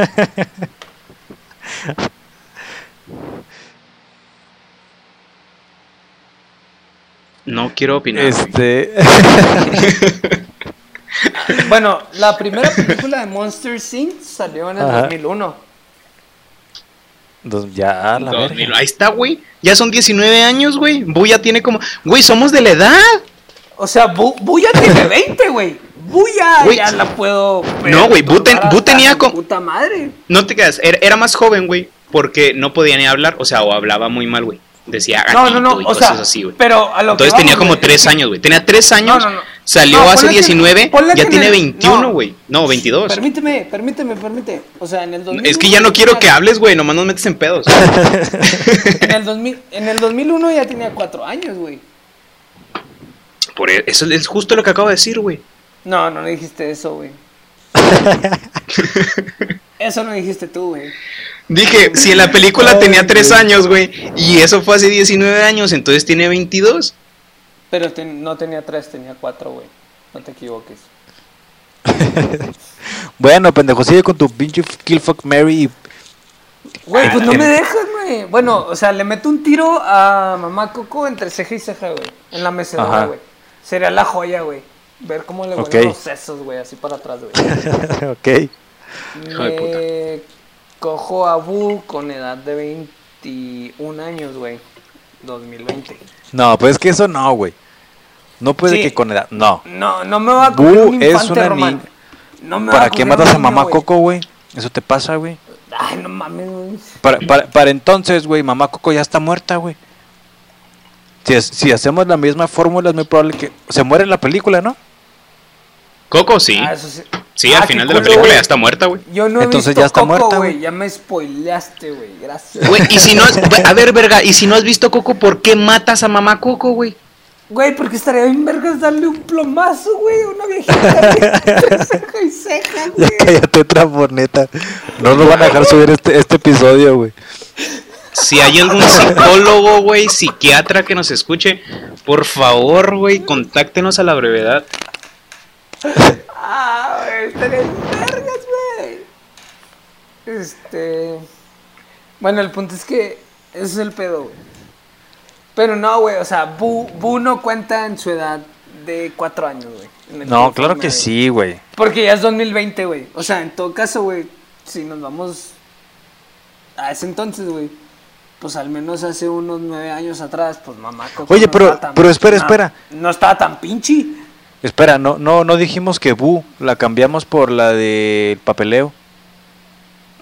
Speaker 1: No quiero opinar. güey.
Speaker 2: Este.
Speaker 3: Bueno, la primera película de Monster Inc. salió en el
Speaker 2: Ajá.
Speaker 3: 2001.
Speaker 2: Dos- ya, la
Speaker 1: 2000.
Speaker 2: verga.
Speaker 1: Ahí está, güey. Ya son 19 años, güey. Bu ya tiene como. Güey, somos de la edad.
Speaker 3: O sea, Bu, Bu ya tiene 20, güey. Buya
Speaker 1: Güey.
Speaker 3: ya la puedo.
Speaker 1: No, güey, Bu ten-
Speaker 3: tomar
Speaker 1: Bu
Speaker 3: hasta
Speaker 1: tenía
Speaker 3: su
Speaker 1: co-
Speaker 3: Puta madre.
Speaker 1: No te quedas. Era, era más joven, güey. Porque no podía ni hablar. O sea, o hablaba muy mal, güey. Decía.
Speaker 3: No, no,
Speaker 1: gatito
Speaker 3: no.
Speaker 1: Ah, y
Speaker 3: O sea,
Speaker 1: cosas así, güey.
Speaker 3: pero a lo que
Speaker 1: Entonces tenía
Speaker 3: vamos,
Speaker 1: como
Speaker 3: güey.
Speaker 1: 3 años, güey. Tenía 3 años.
Speaker 3: No, no, no.
Speaker 1: Salió
Speaker 3: No,
Speaker 1: hace
Speaker 3: ponle que-
Speaker 1: 19.
Speaker 3: ponle
Speaker 1: ya
Speaker 3: que
Speaker 1: tiene
Speaker 3: en el-
Speaker 1: 21,
Speaker 3: no.
Speaker 1: güey. No, 22.
Speaker 3: Permíteme, permíteme, permíteme. O sea, en el 2001.
Speaker 1: Es que ya no quiero que
Speaker 3: tenía-
Speaker 1: hables, güey. Nomás nos metes en pedos.
Speaker 3: En el, 2000, en el 2001 ya tenía 4 años, güey.
Speaker 1: Por e- eso es justo lo que acabo de decir, güey.
Speaker 3: No, no dijiste eso, güey. eso no dijiste tú, güey.
Speaker 1: Dije, si en la película
Speaker 2: Ay,
Speaker 1: tenía 3
Speaker 2: güey.
Speaker 1: años, güey, y eso fue hace 19 años, entonces tiene 22.
Speaker 3: Pero ten- no tenía 3, tenía 4, güey. No te equivoques.
Speaker 2: Bueno, pendejo, sigue con tu pinche Kill Fuck Mary. y-
Speaker 3: Güey, pues no
Speaker 2: Ah,
Speaker 3: me
Speaker 2: en-
Speaker 3: dejas, güey. Bueno, o sea, le meto un tiro a mamá Coco entre ceja y ceja, güey. En la
Speaker 2: Ajá.
Speaker 3: mecedora, güey. Sería la joya, güey. Ver cómo le vuelven
Speaker 2: Ok.
Speaker 3: los sesos, güey, así para atrás, güey.
Speaker 2: ok.
Speaker 1: Hijo de
Speaker 3: me cojo a Bu con edad de 21 años, güey. 2020.
Speaker 2: No, pues es que eso no, güey. No puede
Speaker 3: Sí.
Speaker 2: que con edad. No.
Speaker 3: No, no me va a
Speaker 2: Bu
Speaker 3: coger un
Speaker 2: es
Speaker 3: infante
Speaker 2: una
Speaker 3: román.
Speaker 2: niña.
Speaker 3: No me va
Speaker 2: ¿Para qué
Speaker 3: coger
Speaker 2: matas
Speaker 3: un
Speaker 2: a mamá
Speaker 3: niño, güey.
Speaker 2: Coco, güey? Eso te pasa, güey.
Speaker 3: Ay, no mames, güey.
Speaker 2: Para, para- para entonces, güey, mamá Coco ya está muerta, güey. Si, es- si hacemos la misma fórmula, es muy probable que se muere en la película, ¿no?
Speaker 1: Coco, sí.
Speaker 3: Ah, eso sí.
Speaker 1: Sí,
Speaker 3: Ah,
Speaker 1: al
Speaker 3: qué
Speaker 1: final de la
Speaker 3: culo,
Speaker 1: película
Speaker 3: güey.
Speaker 1: ya está muerta, güey.
Speaker 3: Yo no he
Speaker 2: Entonces
Speaker 3: visto
Speaker 2: ya está
Speaker 3: Coco,
Speaker 2: muerta,
Speaker 3: güey.
Speaker 2: güey.
Speaker 3: Ya me spoileaste, güey. Gracias.
Speaker 1: Güey, y si no has, güey, a ver, verga, y si no has visto Coco, ¿por qué matas a mamá Coco, güey?
Speaker 3: Güey, porque estaría bien vergas darle un plomazo, güey, a una viejita güey, entre ceja y ceja,
Speaker 2: Ya
Speaker 3: güey.
Speaker 2: cállate otra boneta. No nos van a dejar subir este, este episodio, güey.
Speaker 1: Si hay algún psicólogo, güey, psiquiatra que nos escuche, por favor, güey, contáctenos a la brevedad.
Speaker 3: Ah, güey, estaría bien vergas, güey. Este. Bueno, el punto es que ese es el pedo, güey. Pero no, güey, o sea, Bu, Bu no cuenta en su edad de cuatro años, güey. en el
Speaker 2: No,
Speaker 3: informe,
Speaker 2: claro que
Speaker 3: güey.
Speaker 2: sí, güey.
Speaker 3: Porque ya es 2020, güey. O sea, en todo caso, güey, si nos vamos a ese entonces, güey, pues al menos hace unos nueve años atrás, pues mamá. Coco
Speaker 2: Oye, pero-
Speaker 3: estaba
Speaker 2: pero espera,
Speaker 3: no-
Speaker 2: espera.
Speaker 3: No estaba tan pinche.
Speaker 2: Espera, no, no, no dijimos que Bu la cambiamos por la del papeleo.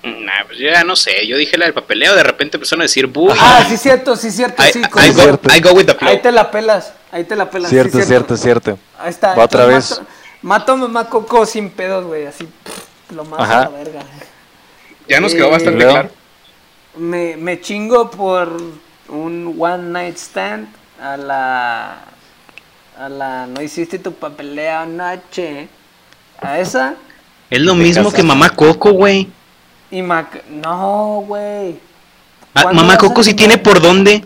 Speaker 1: Nah, pues yo ya no sé, yo dije la del papeleo, de repente empezaron a decir, bu,
Speaker 3: Ah, sí, cierto, sí, cierto.
Speaker 1: I,
Speaker 3: sí,
Speaker 1: I
Speaker 3: con-
Speaker 2: ahí
Speaker 1: go,
Speaker 2: cierto.
Speaker 1: I go with the flow.
Speaker 3: Ahí te la pelas, ahí te la pelas.
Speaker 2: Cierto,
Speaker 3: sí,
Speaker 2: cierto, cierto.
Speaker 3: Ahí está.
Speaker 2: Va otra
Speaker 3: entonces
Speaker 2: vez.
Speaker 3: Mato, mato a mamá Coco sin pedos, güey, así. pff, Lo mato a
Speaker 2: Ajá.
Speaker 3: la verga.
Speaker 1: Ya nos quedó
Speaker 3: Eh,
Speaker 1: bastante
Speaker 2: luego.
Speaker 1: claro.
Speaker 3: Me, me chingo por un one night stand a la. A la. No hiciste tu papelea anoche. A esa.
Speaker 1: Es lo
Speaker 2: Te
Speaker 1: mismo
Speaker 2: casas.
Speaker 1: que mamá Coco, güey.
Speaker 3: Y Mac. No, güey.
Speaker 1: Ah,
Speaker 3: ¿Cuándo
Speaker 1: Mamá
Speaker 3: vas a
Speaker 1: Coco sí
Speaker 3: tener-
Speaker 1: tiene por dónde.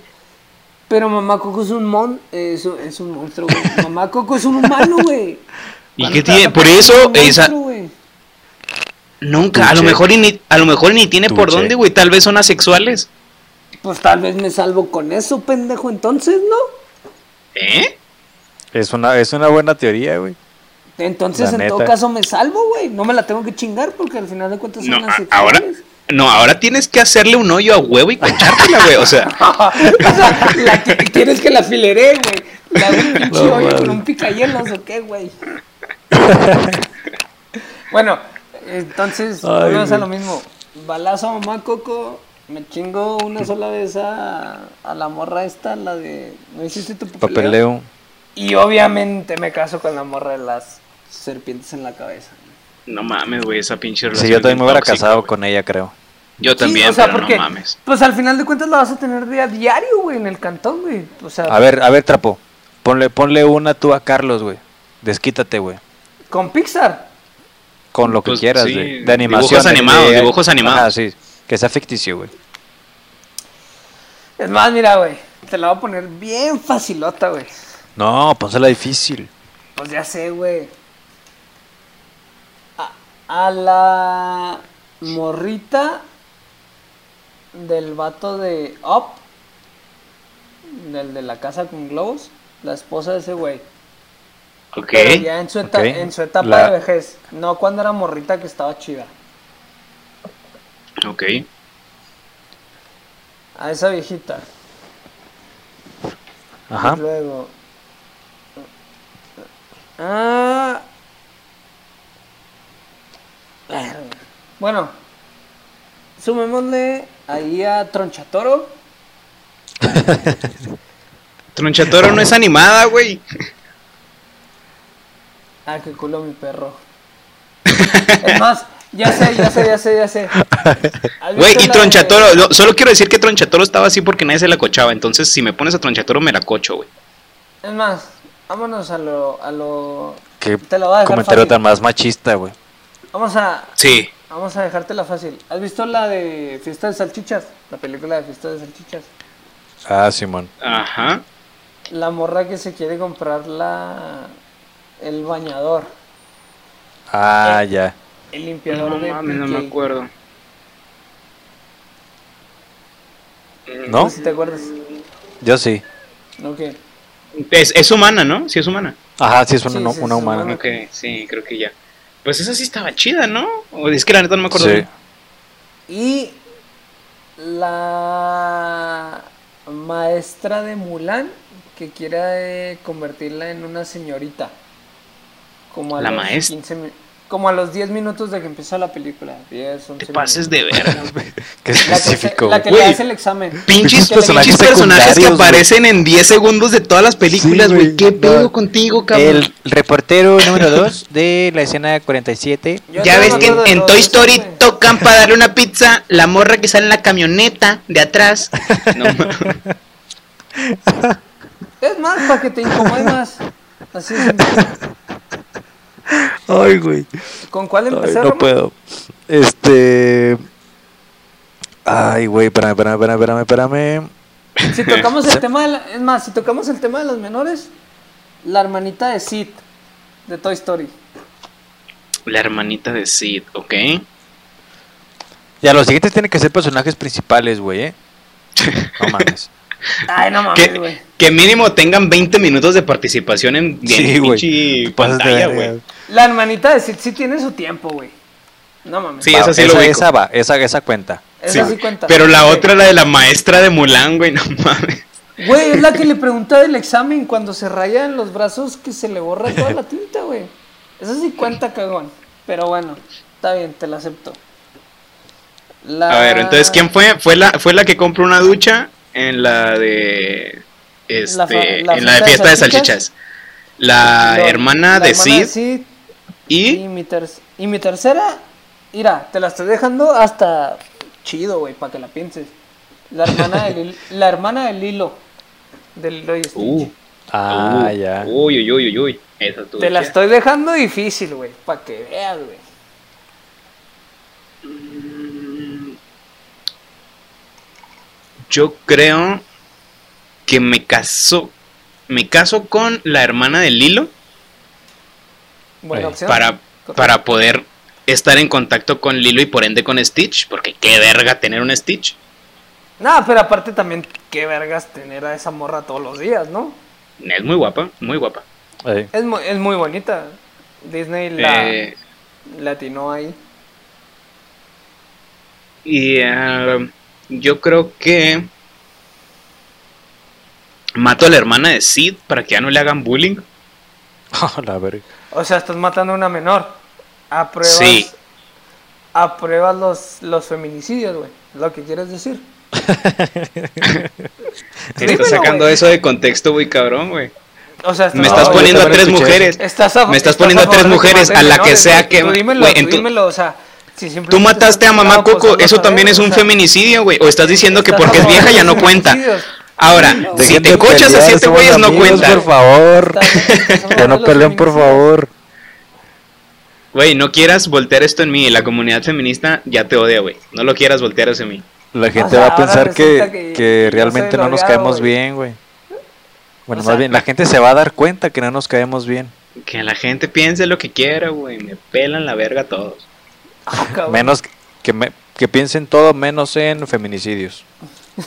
Speaker 3: Pero mamá Coco es un mon. Es, un- es un monstruo, güey. Mamá Coco es un humano, güey.
Speaker 1: ¿Y
Speaker 3: ¿Cuándo
Speaker 1: qué
Speaker 3: te vas
Speaker 1: tiene?
Speaker 3: a
Speaker 1: Por
Speaker 3: casar
Speaker 1: eso,
Speaker 3: con un
Speaker 1: esa,
Speaker 3: monstruo, güey?
Speaker 1: nunca, a lo
Speaker 2: Tuche.
Speaker 1: mejor y ni, a lo mejor ni tiene por
Speaker 2: Tuche.
Speaker 1: dónde, güey. Tal vez son asexuales.
Speaker 3: Pues tal vez me salvo con eso, pendejo, entonces, ¿no?
Speaker 1: ¿Eh?
Speaker 2: Es una, es una buena teoría, güey.
Speaker 3: Entonces,
Speaker 2: La
Speaker 3: en todo
Speaker 2: neta.
Speaker 3: caso, me salvo, güey. No me la tengo que chingar porque al final de cuentas
Speaker 1: No,
Speaker 3: son las
Speaker 1: a- ahora, no, ahora tienes que hacerle un hoyo a huevo y cachártela, güey. O sea,
Speaker 3: o sea, la que quieres que la fileré, güey. La hago un pinche
Speaker 2: No,
Speaker 3: hoyo con
Speaker 2: mames.
Speaker 3: un picayelos o qué, güey. bueno, entonces,
Speaker 2: Ay,
Speaker 3: volvemos a
Speaker 2: güey.
Speaker 3: lo mismo. Balazo a mamá Coco. Me chingo una sola vez a, a la morra esta, la de. ¿No hiciste tu papeleo?
Speaker 2: Papeleo.
Speaker 3: Y obviamente me caso con la morra de las serpientes en la cabeza.
Speaker 1: no mames, güey, esa pinche relación.
Speaker 2: Sí, yo
Speaker 1: es
Speaker 2: también
Speaker 1: bien
Speaker 2: me hubiera
Speaker 1: tóxica,
Speaker 2: casado
Speaker 1: güey.
Speaker 2: con ella, creo.
Speaker 1: Yo también,
Speaker 3: Sí, o sea,
Speaker 1: pero
Speaker 3: porque,
Speaker 1: no mames.
Speaker 3: Pues al final de cuentas la vas a tener día diario, güey, en el cantón, güey. O sea,
Speaker 2: A ver, a ver, Trapo. Ponle, ponle una tú a Carlos, güey. Desquítate, güey.
Speaker 3: Con Pixar.
Speaker 2: Con lo que
Speaker 1: Pues,
Speaker 2: quieras,
Speaker 1: sí,
Speaker 2: güey. De
Speaker 1: dibujos
Speaker 2: animación.
Speaker 1: animados, dibujos animados.
Speaker 2: Ah, sí. Que sea ficticio, güey.
Speaker 3: Es más, mira, güey. Te la voy a poner bien facilota, güey.
Speaker 2: No, pónsela difícil.
Speaker 3: Pues ya sé, güey. A, a la morrita del vato de Up, del de la casa con globos, la esposa de ese güey.
Speaker 1: Ok.
Speaker 3: Pero ya en su, eta-
Speaker 2: ok.
Speaker 3: en su etapa
Speaker 2: La-
Speaker 3: de vejez, no cuando era morrita que estaba chida.
Speaker 1: Ok.
Speaker 3: A esa viejita.
Speaker 1: Pues
Speaker 2: Ajá.
Speaker 3: Luego. Ah. Bueno. Sumémosle ahí a Tronchatoro.
Speaker 1: Tronchatoro no es animada, güey.
Speaker 3: Ah, que culo mi perro. Es más, ya sé, ya sé, ya sé, ya sé. ¿Has
Speaker 1: Güey,
Speaker 3: visto
Speaker 1: y
Speaker 3: la
Speaker 1: Tronchatoro.
Speaker 3: de-
Speaker 1: lo- solo quiero decir que Tronchatoro estaba así porque nadie se la cochaba. Entonces, si me pones a Tronchatoro, me la cocho, güey.
Speaker 3: Es más, vámonos a lo. A lo...
Speaker 2: Qué
Speaker 3: Te la voy a dejar
Speaker 2: comentario
Speaker 3: fácil.
Speaker 2: tan más machista, güey.
Speaker 3: Vamos a.
Speaker 1: Sí.
Speaker 3: Vamos a dejártela fácil. ¿Has visto la de Fiesta de Salchichas? La película de Fiesta de Salchichas.
Speaker 2: Ah, Simón.
Speaker 1: Ajá.
Speaker 3: La morra que se quiere comprar la el bañador,
Speaker 2: Ah, ya.
Speaker 3: el limpiador de PK.
Speaker 1: acuerdo.
Speaker 2: ¿No?
Speaker 3: sé si te acuerdas.
Speaker 2: Yo sí.
Speaker 3: Ok.
Speaker 1: Es, es humana, ¿no? Sí, es humana.
Speaker 2: Ajá, sí, es una,
Speaker 3: Sí, sí,
Speaker 2: una
Speaker 3: es
Speaker 2: humana.
Speaker 3: humana.
Speaker 1: Ok, sí, creo que ya. Pues esa sí estaba chida, ¿no? O es que la neta no me acuerdo.
Speaker 2: Sí.
Speaker 1: bien.
Speaker 3: Y la maestra de Mulan que quiere eh, convertirla en una señorita. Como a
Speaker 1: La
Speaker 3: los
Speaker 1: maestra.
Speaker 3: 15 mi- como a los 10 minutos de que empieza la película. 10, 11
Speaker 1: Te pases de verga.
Speaker 2: Qué
Speaker 3: La que, se-
Speaker 2: específico,
Speaker 3: la
Speaker 2: güey.
Speaker 3: que
Speaker 1: güey.
Speaker 3: le hace el examen.
Speaker 1: Pinches,
Speaker 2: Pinches
Speaker 1: personajes,
Speaker 2: personajes
Speaker 1: personajes que
Speaker 2: secundarios, güey.
Speaker 1: aparecen en 10 segundos de todas las películas,
Speaker 2: Sí,
Speaker 1: güey.
Speaker 2: güey,
Speaker 1: ¿Qué
Speaker 2: no.
Speaker 1: pedo contigo, cabrón?
Speaker 2: El reportero número 2 de la escena 47.
Speaker 3: Yo
Speaker 1: Ya
Speaker 3: no
Speaker 1: ves
Speaker 3: me
Speaker 1: que en,
Speaker 3: acuerdo de
Speaker 1: en
Speaker 3: los
Speaker 1: Toy
Speaker 3: dos,
Speaker 1: Story
Speaker 3: güey.
Speaker 1: tocan para darle una pizza la morra que sale en la camioneta de atrás. No,
Speaker 3: Es más, para que te incomode más. Así es.
Speaker 2: Ay, güey.
Speaker 3: ¿Con cuál empezar?
Speaker 2: no
Speaker 3: Romo?
Speaker 2: puedo. Este. Ay, güey, espérame, espérame, espérame, espérame, espérame.
Speaker 3: Si tocamos el tema de la- es más, si tocamos el tema de los menores, la hermanita de Sid de Toy Story.
Speaker 1: la hermanita de Sid, ¿ok?
Speaker 2: Ya, los siguientes tienen que ser personajes principales, güey, ¿eh? No mames.
Speaker 3: Ay, no mames,
Speaker 1: Que,
Speaker 3: güey.
Speaker 1: que mínimo tengan 20 minutos de participación en, en
Speaker 2: Sí, güey.
Speaker 1: pinche
Speaker 2: Te pasas de
Speaker 1: pantalla,
Speaker 2: verga.
Speaker 1: güey.
Speaker 3: La hermanita de Sid sí tiene su tiempo, güey. No mames.
Speaker 1: Sí,
Speaker 2: Va,
Speaker 1: esa sí lo
Speaker 2: esa,
Speaker 1: ubico.
Speaker 2: esa va, esa, esa cuenta.
Speaker 3: Esa
Speaker 1: Sí.
Speaker 3: sí cuenta.
Speaker 1: Pero la
Speaker 3: Ok.
Speaker 1: otra, la de la maestra de Mulan, güey, no mames.
Speaker 3: Güey, es la que le pregunta del examen cuando se raya en los brazos que se le borra toda la tinta, güey. Esa sí cuenta, cagón. Pero bueno, está bien, te la acepto. La-
Speaker 1: A ver, entonces, ¿quién fue? Fue la, fue la que compró una ducha en la de. Este,
Speaker 3: La fa- la
Speaker 1: en la de fiesta de salchichas. La
Speaker 3: Lo-
Speaker 1: hermana
Speaker 3: la
Speaker 1: de
Speaker 3: hermana
Speaker 1: Sid
Speaker 3: Y
Speaker 1: y.
Speaker 3: mi, ter- y mi tercera, mira, te la estoy dejando hasta chido, güey, para que la pienses. La hermana de Lilo, la hermana de Lilo, de Lilo y Stitch.
Speaker 1: Uh,
Speaker 2: Ah,
Speaker 1: uh,
Speaker 2: ya.
Speaker 1: Uy, uy, uy, uy, uy. Esa tú,
Speaker 3: te la
Speaker 1: ya.
Speaker 3: estoy dejando difícil, güey, para que veas, güey.
Speaker 1: Yo creo que me caso. Me caso con la hermana de Lilo
Speaker 3: Buena
Speaker 2: Ey,
Speaker 3: opción.
Speaker 1: para,
Speaker 3: Correcto.
Speaker 1: para poder estar en contacto con Lilo y por ende con Stitch. Porque qué verga tener un Stitch.
Speaker 3: Nah, pero aparte también, qué vergas tener a esa morra todos los días, ¿no?
Speaker 1: Es muy guapa, muy guapa.
Speaker 2: Ey.
Speaker 3: Es muy, es muy bonita. Disney la,
Speaker 1: Eh,
Speaker 3: la atinó ahí.
Speaker 1: Y eh, yo creo que mato a la hermana de Sid para que ya no le hagan bullying.
Speaker 2: la verga.
Speaker 3: O sea, estás matando a una menor. Apruebas.
Speaker 1: Sí.
Speaker 3: Apruebas los, los feminicidios, güey. Es lo que quieres decir. Dímelo,
Speaker 1: Estás sacando
Speaker 3: güey.
Speaker 1: eso de contexto, güey, cabrón, güey.
Speaker 3: O sea, estás,
Speaker 1: Me estás
Speaker 2: yo
Speaker 1: poniendo a
Speaker 2: también
Speaker 1: tres
Speaker 2: escuché
Speaker 1: mujeres.
Speaker 3: estás a-
Speaker 1: me estás
Speaker 3: estás
Speaker 1: poniendo a
Speaker 3: favor
Speaker 1: tres
Speaker 3: de
Speaker 1: mujeres
Speaker 3: maten
Speaker 1: a la que
Speaker 3: menores,
Speaker 1: sea
Speaker 3: güey.
Speaker 1: que.
Speaker 3: Tú dímelo,
Speaker 1: güey,
Speaker 3: tú
Speaker 1: en tu-
Speaker 3: dímelo, o sea. si
Speaker 1: Tú
Speaker 3: simplemente
Speaker 1: mataste a
Speaker 3: estás
Speaker 1: mamá
Speaker 3: acusado,
Speaker 1: Coco,
Speaker 3: pues,
Speaker 1: eso
Speaker 3: hazlo
Speaker 1: también es
Speaker 3: saber,
Speaker 1: un
Speaker 3: o sea,
Speaker 1: feminicidio, güey. O estás diciendo que
Speaker 3: estás
Speaker 1: porque
Speaker 3: a
Speaker 1: es
Speaker 3: favor
Speaker 1: vieja
Speaker 3: de
Speaker 1: ya no
Speaker 3: los
Speaker 1: cuenta.
Speaker 3: feminicidios.
Speaker 1: Ahora, si
Speaker 2: Dejen
Speaker 1: te
Speaker 2: de
Speaker 1: cochas a
Speaker 2: pelear,
Speaker 1: siete
Speaker 2: somos
Speaker 1: güeyes, no
Speaker 2: amigos,
Speaker 1: cuenta.
Speaker 2: Por favor. Ya no peleen,
Speaker 3: peleen,
Speaker 2: por favor.
Speaker 1: Güey, no quieras voltear esto en mí. La comunidad feminista ya te odia, güey. No lo quieras voltear hacia mí.
Speaker 2: La gente
Speaker 3: sea,
Speaker 2: va a
Speaker 3: ahora
Speaker 2: pensar que,
Speaker 3: resulta que
Speaker 2: que
Speaker 3: yo
Speaker 2: realmente
Speaker 3: soy
Speaker 2: no nos
Speaker 3: odiado,
Speaker 2: caemos
Speaker 3: güey.
Speaker 2: bien, güey. Bueno,
Speaker 3: O
Speaker 2: más
Speaker 3: sea-
Speaker 2: bien, la gente se va a dar cuenta que no nos caemos bien.
Speaker 1: Que la gente piense lo que quiera, güey. Me pelan la verga todos.
Speaker 3: Ah, cabrón.
Speaker 2: Menos que- que, me- que piensen todo menos en feminicidios.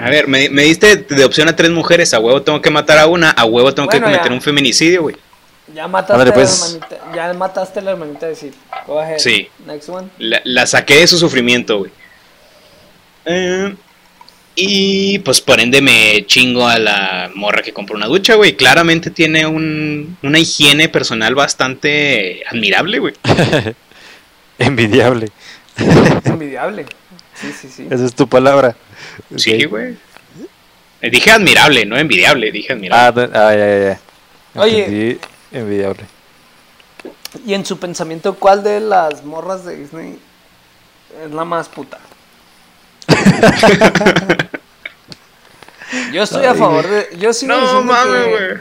Speaker 1: A ver, me, me diste de opción a tres mujeres. A huevo tengo que matar a una. A huevo tengo que
Speaker 3: Bueno, ya.
Speaker 1: cometer un feminicidio, güey.
Speaker 3: Ya mataste,
Speaker 2: Ándale,
Speaker 3: a
Speaker 2: pues.
Speaker 3: la hermanita, ya mataste a la hermanita de Sid. Go ahead.
Speaker 1: Sí.
Speaker 3: Next one.
Speaker 1: La, la saqué de su sufrimiento, güey. Eh, y pues por ende me chingo a la morra que compró una ducha, güey. Claramente tiene un- una higiene personal bastante admirable, güey.
Speaker 2: Envidiable.
Speaker 3: Envidiable. Sí, sí, sí.
Speaker 2: Esa es tu palabra.
Speaker 1: Sí,
Speaker 2: Ok.
Speaker 1: güey. Eh, Dije admirable, no envidiable, dije admirable.
Speaker 2: Ah, de- ah, ya, ya, ya.
Speaker 3: Oye.
Speaker 2: Entendí, envidiable.
Speaker 3: Y en su pensamiento, ¿cuál de las morras de Disney es la más puta? yo estoy a
Speaker 2: Ay,
Speaker 3: favor de. Yo sigo
Speaker 1: no
Speaker 3: diciendo
Speaker 1: mames,
Speaker 3: que-
Speaker 1: güey.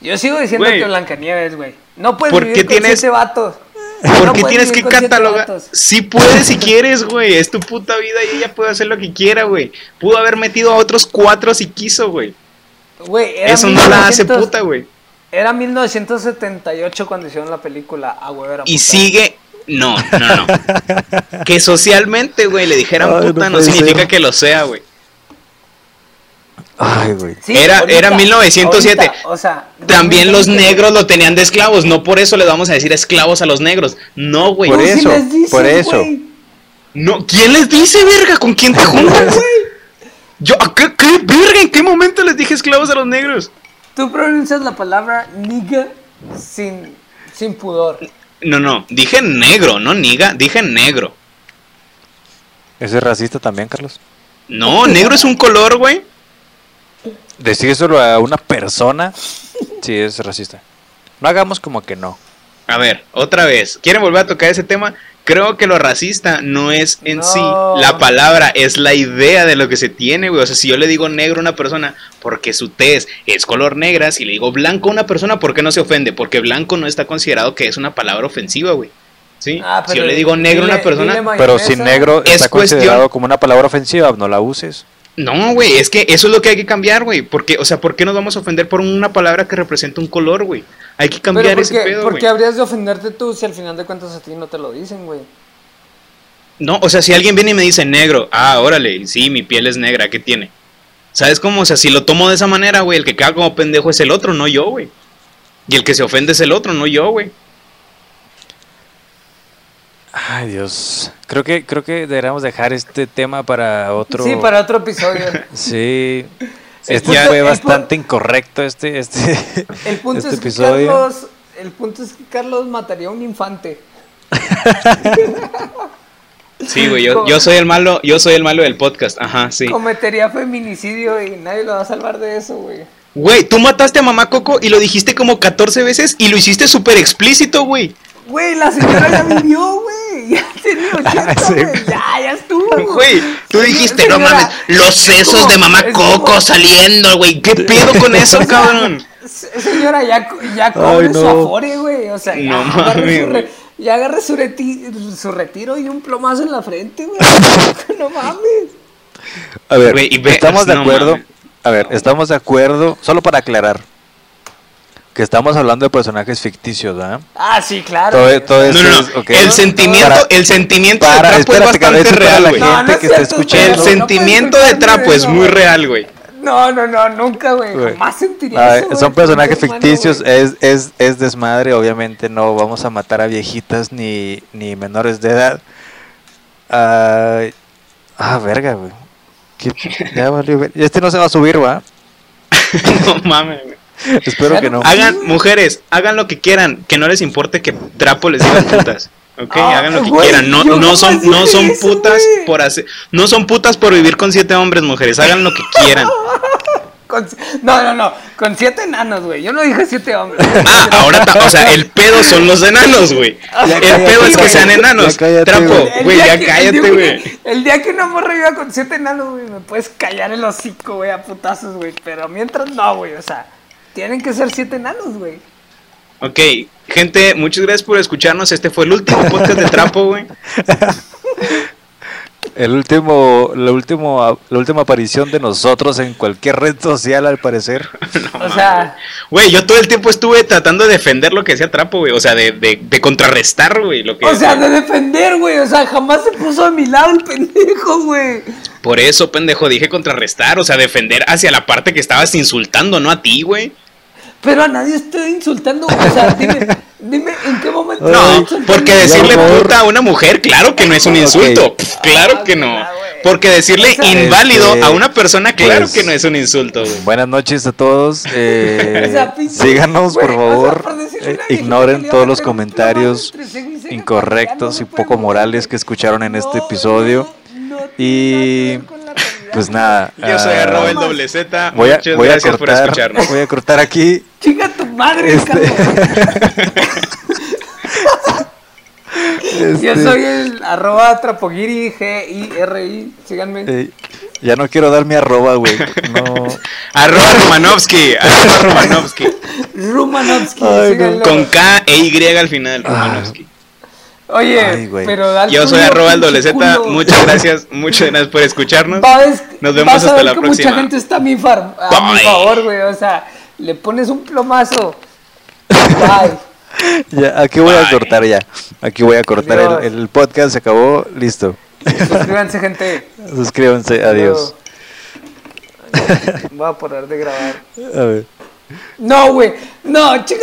Speaker 3: Yo sigo diciendo
Speaker 1: Güey.
Speaker 3: que Blancanieves, güey. No puedes
Speaker 1: ¿Por
Speaker 3: vivir
Speaker 1: qué
Speaker 3: con
Speaker 1: tienes-
Speaker 3: siete vatos.
Speaker 1: ¿Por
Speaker 3: No
Speaker 1: qué
Speaker 3: puedes
Speaker 1: tienes
Speaker 3: vivir
Speaker 1: que
Speaker 3: con siete
Speaker 1: catalogar?
Speaker 3: vatos.
Speaker 1: Si puedes si quieres, güey. Es tu puta vida y ella puede hacer lo que quiera, güey. Pudo haber metido a otros cuatro si quiso, güey.
Speaker 3: Güey, era
Speaker 1: Eso no la hace
Speaker 3: 1900
Speaker 1: puta, güey.
Speaker 3: Era 1978 cuando hicieron la película. A huevo era
Speaker 1: Y
Speaker 3: puta.
Speaker 1: sigue. No, no, no. que socialmente, güey, le dijeran
Speaker 2: Ay,
Speaker 1: puta
Speaker 2: no
Speaker 1: no,
Speaker 2: puede
Speaker 1: significa
Speaker 2: ser.
Speaker 1: que lo sea, güey.
Speaker 2: Ay, güey.
Speaker 3: Sí,
Speaker 1: Era- era 1907.
Speaker 3: ahorita, o sea,
Speaker 1: También los
Speaker 3: 2020.
Speaker 1: negros lo tenían de esclavos. No por eso le vamos a decir esclavos a los negros. No, güey.
Speaker 2: Por
Speaker 3: Tú sí
Speaker 2: eso,
Speaker 3: les dices,
Speaker 2: por eso.
Speaker 3: güey.
Speaker 1: No, ¿quién les dice, verga? ¿Con quién te juntas, güey? Yo, ¿a qué, qué, verga? ¿En qué momento les dije esclavos a los negros?
Speaker 3: Tú pronuncias la palabra nigga sin, sin pudor.
Speaker 1: No, no, dije negro, no niga, dije negro.
Speaker 2: ¿Ese es racista también, Carlos?
Speaker 1: No, negro es un color, güey.
Speaker 2: Decir solo a una persona, sí es racista. No hagamos como que no.
Speaker 1: A ver, otra vez. ¿Quieren volver a tocar ese tema? Creo que lo racista no es en sí
Speaker 3: No.
Speaker 1: la palabra, es la idea de lo que se tiene, güey. O sea, si yo le digo negro a una persona porque su tez es color negra, si le digo blanco a una persona, ¿por qué no se ofende? Porque blanco no está considerado que es una palabra ofensiva, güey. ¿Sí?
Speaker 3: Ah,
Speaker 1: si
Speaker 3: pero
Speaker 1: yo le digo negro a
Speaker 3: dile-
Speaker 1: una persona,
Speaker 3: dile
Speaker 2: Pero
Speaker 3: mayonesa.
Speaker 2: si negro
Speaker 1: Es
Speaker 2: está
Speaker 1: cuestión-
Speaker 2: considerado como una palabra ofensiva, no la uses.
Speaker 1: No, güey, es que eso es lo que hay que cambiar, güey. Porque, o sea, ¿por qué nos vamos a ofender por una palabra que representa un color, güey? Hay que
Speaker 3: Pero
Speaker 1: cambiar
Speaker 3: ¿por
Speaker 1: ese
Speaker 3: qué-
Speaker 1: pedo,
Speaker 3: ¿Por
Speaker 1: güey.
Speaker 3: qué habrías de ofenderte tú si al final de cuentas a ti no te lo dicen, güey?
Speaker 1: No, o sea, si alguien viene y me dice negro, ah, órale, sí, mi piel es negra, ¿qué tiene? ¿Sabes cómo? O sea, si lo tomo de esa manera, güey, el que caga como pendejo es el otro, no yo, güey. Y el que se ofende es el otro, no yo, güey.
Speaker 2: Ay, Dios. Creo que, creo que deberíamos dejar este tema para otro.
Speaker 3: Sí, para otro episodio.
Speaker 2: Sí. Este
Speaker 1: ya-
Speaker 2: fue
Speaker 1: el
Speaker 3: pu-
Speaker 2: bastante incorrecto este, este,
Speaker 3: El punto
Speaker 2: este
Speaker 3: es que
Speaker 2: episodio.
Speaker 3: Carlos, el punto es que Carlos mataría a un infante.
Speaker 1: Sí, güey, yo,
Speaker 3: Como-
Speaker 1: yo soy el malo, yo soy el malo del podcast, ajá, sí.
Speaker 3: Cometería feminicidio y nadie lo va a salvar de eso, güey.
Speaker 1: Güey, tú mataste a mamá Coco y lo dijiste como 14 veces y lo hiciste súper explícito, güey.
Speaker 3: Güey, la señora ya vivió, güey. Ya tenía 80,
Speaker 2: Ah, Sí.
Speaker 3: güey. Ya, ya estuvo.
Speaker 1: Güey, tú
Speaker 3: Señor-
Speaker 1: dijiste, no
Speaker 3: señora,
Speaker 1: mames, los sesos
Speaker 3: como-
Speaker 1: de mamá
Speaker 3: es
Speaker 1: Coco
Speaker 3: como-
Speaker 1: saliendo, güey. ¿Qué pedo con eso, cabrón?
Speaker 3: se- Señora, ya, co- ya cobre
Speaker 2: Ay,
Speaker 3: su
Speaker 2: no.
Speaker 3: afore, güey. O sea, ya
Speaker 1: No
Speaker 3: agarre
Speaker 1: mames,
Speaker 3: su, re-
Speaker 1: güey.
Speaker 3: ya agarre su, reti- su retiro y un plomazo en la frente, güey. no mames.
Speaker 2: A ver,
Speaker 1: Güey, y ve-
Speaker 2: estamos de
Speaker 1: no
Speaker 2: acuerdo.
Speaker 1: mames.
Speaker 2: A ver, estamos de acuerdo, solo para aclarar, que estamos hablando de personajes ficticios, ¿verdad?
Speaker 3: Ah, sí, claro.
Speaker 2: Todo,
Speaker 3: güey.
Speaker 2: todo
Speaker 1: No,
Speaker 2: eso
Speaker 1: no,
Speaker 2: es-
Speaker 1: no.
Speaker 2: ok.
Speaker 1: El sentimiento,
Speaker 2: Para-
Speaker 1: el sentimiento
Speaker 2: para-
Speaker 1: de trapo es
Speaker 2: espérate, cabrón,
Speaker 1: bastante
Speaker 2: esto es para
Speaker 1: real,
Speaker 2: la
Speaker 1: güey.
Speaker 2: gente
Speaker 3: No, no
Speaker 2: que
Speaker 3: es
Speaker 2: está
Speaker 3: cierto,
Speaker 1: El
Speaker 3: pero no
Speaker 2: escuchando.
Speaker 3: puedes
Speaker 1: sentimiento de
Speaker 3: culparme de
Speaker 1: trapo es
Speaker 3: eso,
Speaker 1: muy
Speaker 3: güey.
Speaker 1: real, güey.
Speaker 3: No, no, no, nunca, güey.
Speaker 2: Güey.
Speaker 3: Jamás sentiría
Speaker 2: A
Speaker 3: eso.
Speaker 2: ver,
Speaker 3: güey,
Speaker 2: Ah, son personajes
Speaker 3: ser humano,
Speaker 2: ficticios, eh.
Speaker 3: güey.
Speaker 2: es, es, es desmadre, obviamente no vamos a matar a viejitas ni, ni menores de edad. Ay, ah, verga, güey. ¿Qué- Ya valió ver- Este no se va a subir, ¿va?
Speaker 1: No mames, güey.
Speaker 2: Espero que no.
Speaker 1: Hagan, mujeres, hagan lo que quieran, que no les importe que trapo les diga putas. Ok,
Speaker 3: Ah,
Speaker 1: hagan lo que
Speaker 3: güey,
Speaker 1: quieran. No,
Speaker 3: yo
Speaker 1: no
Speaker 3: jamás
Speaker 1: son,
Speaker 3: dije
Speaker 1: no son
Speaker 3: eso,
Speaker 1: putas
Speaker 3: güey.
Speaker 1: por hacer, no son putas por vivir con siete hombres, mujeres. Hagan lo que quieran.
Speaker 3: Con si- no, no, no. Con siete enanos, güey. Yo no dije siete hombres.
Speaker 1: Ah, ahora, ta- o sea, el pedo son los enanos, güey.
Speaker 2: Ya
Speaker 1: El
Speaker 2: cállate,
Speaker 1: pedo es que
Speaker 2: güey.
Speaker 1: sean enanos.
Speaker 2: Ya cállate,
Speaker 1: Trapo,
Speaker 2: güey.
Speaker 3: El
Speaker 1: güey,
Speaker 3: día
Speaker 1: ya
Speaker 3: que-
Speaker 1: cállate,
Speaker 3: el día-
Speaker 1: güey.
Speaker 3: El día que una morra iba con siete enanos, güey, me puedes callar el hocico, güey, a putazos, güey. Pero mientras no, güey, o sea, tienen que ser siete enanos, güey.
Speaker 1: Ok, gente, muchas gracias por escucharnos. Este fue el último podcast de Trapo, güey.
Speaker 2: El último, la, último, la última aparición de nosotros en cualquier red social, al parecer.
Speaker 1: No,
Speaker 3: o sea,
Speaker 1: Güey, yo todo el tiempo estuve tratando de defender lo que decía Trapo, güey. O sea, de, de, de contrarrestar, güey. Lo que
Speaker 3: o sea, de defender, güey. O sea, jamás se puso a mi lado el pendejo, güey.
Speaker 1: Por eso, pendejo, dije contrarrestar. O sea, defender hacia la parte que estabas insultando, no a ti, güey.
Speaker 3: Pero a nadie estoy insultando, güey. O sea, dime, dime en qué momento. estoy
Speaker 1: No,
Speaker 3: insultando?
Speaker 1: porque
Speaker 2: Ya,
Speaker 1: decirle
Speaker 2: por favor.
Speaker 1: puta a una mujer, claro que no es un
Speaker 2: Ok.
Speaker 1: insulto. Pff, claro
Speaker 3: Ah,
Speaker 1: que no.
Speaker 3: ah, güey.
Speaker 1: Porque decirle
Speaker 3: O sea,
Speaker 1: inválido
Speaker 2: este,
Speaker 1: a una persona, claro
Speaker 2: pues,
Speaker 1: que no es un insulto, güey.
Speaker 2: Buenas noches a todos. eh,
Speaker 3: O sea, pinche-
Speaker 2: síganos,
Speaker 3: güey,
Speaker 2: por
Speaker 3: o sea,
Speaker 2: favor.
Speaker 3: por
Speaker 2: eh,
Speaker 3: decirle una viejita que
Speaker 2: ignoren
Speaker 3: le
Speaker 2: todos
Speaker 3: va a
Speaker 2: los
Speaker 3: hacer un
Speaker 2: comentarios
Speaker 3: clavado entre ceja y ceja,
Speaker 2: incorrectos
Speaker 3: ya
Speaker 2: y
Speaker 3: no se puede
Speaker 2: poco morales
Speaker 3: burlar.
Speaker 2: que escucharon en este
Speaker 3: No,
Speaker 2: episodio.
Speaker 3: no, no
Speaker 2: Y,
Speaker 3: tiene nada que ver con la realidad,
Speaker 2: Pues
Speaker 3: güey.
Speaker 2: nada.
Speaker 1: Yo soy
Speaker 2: ah,
Speaker 1: arroba el doble Z.
Speaker 2: Voy a,
Speaker 1: Muchas
Speaker 2: voy a
Speaker 1: gracias por
Speaker 2: cortar,
Speaker 1: escucharnos.
Speaker 2: voy a cortar aquí.
Speaker 3: Chinga tu madre,
Speaker 2: Este,
Speaker 3: Carlos. Yo
Speaker 2: Este,
Speaker 3: soy el arroba trapogiri, G-I-R-I. Síganme.
Speaker 2: eh, ya no quiero dar mi arroba, güey. No.
Speaker 1: Arroba Romanovsky. Arroba Romanovsky.
Speaker 3: Rumanovsky,
Speaker 2: Ay, no.
Speaker 3: síganlo.
Speaker 1: Con K e Y al final, Romanovsky.
Speaker 3: Oye,
Speaker 2: Ay, güey.
Speaker 3: pero dale
Speaker 1: Yo soy
Speaker 3: culo,
Speaker 1: arroba el
Speaker 3: pinche
Speaker 1: doble Z.
Speaker 3: culo.
Speaker 1: Muchas gracias. Muchas gracias por escucharnos.
Speaker 3: Vas-
Speaker 1: Nos vemos
Speaker 3: vas a
Speaker 1: hasta
Speaker 3: ver
Speaker 1: la
Speaker 3: que
Speaker 1: próxima.
Speaker 3: Mucha gente está a mi, far- a mi
Speaker 1: Bye.
Speaker 3: favor, güey. O sea, le pones un plomazo. Bye.
Speaker 2: Ya, aquí voy a
Speaker 1: Bye.
Speaker 2: cortar ya. Aquí voy a cortar el,
Speaker 3: Adiós.
Speaker 2: el podcast. Se acabó. Listo.
Speaker 3: Suscríbanse, gente.
Speaker 2: Suscríbanse. Adiós.
Speaker 3: Luego. Voy a parar de grabar.
Speaker 2: A ver.
Speaker 3: No, güey. No, chica.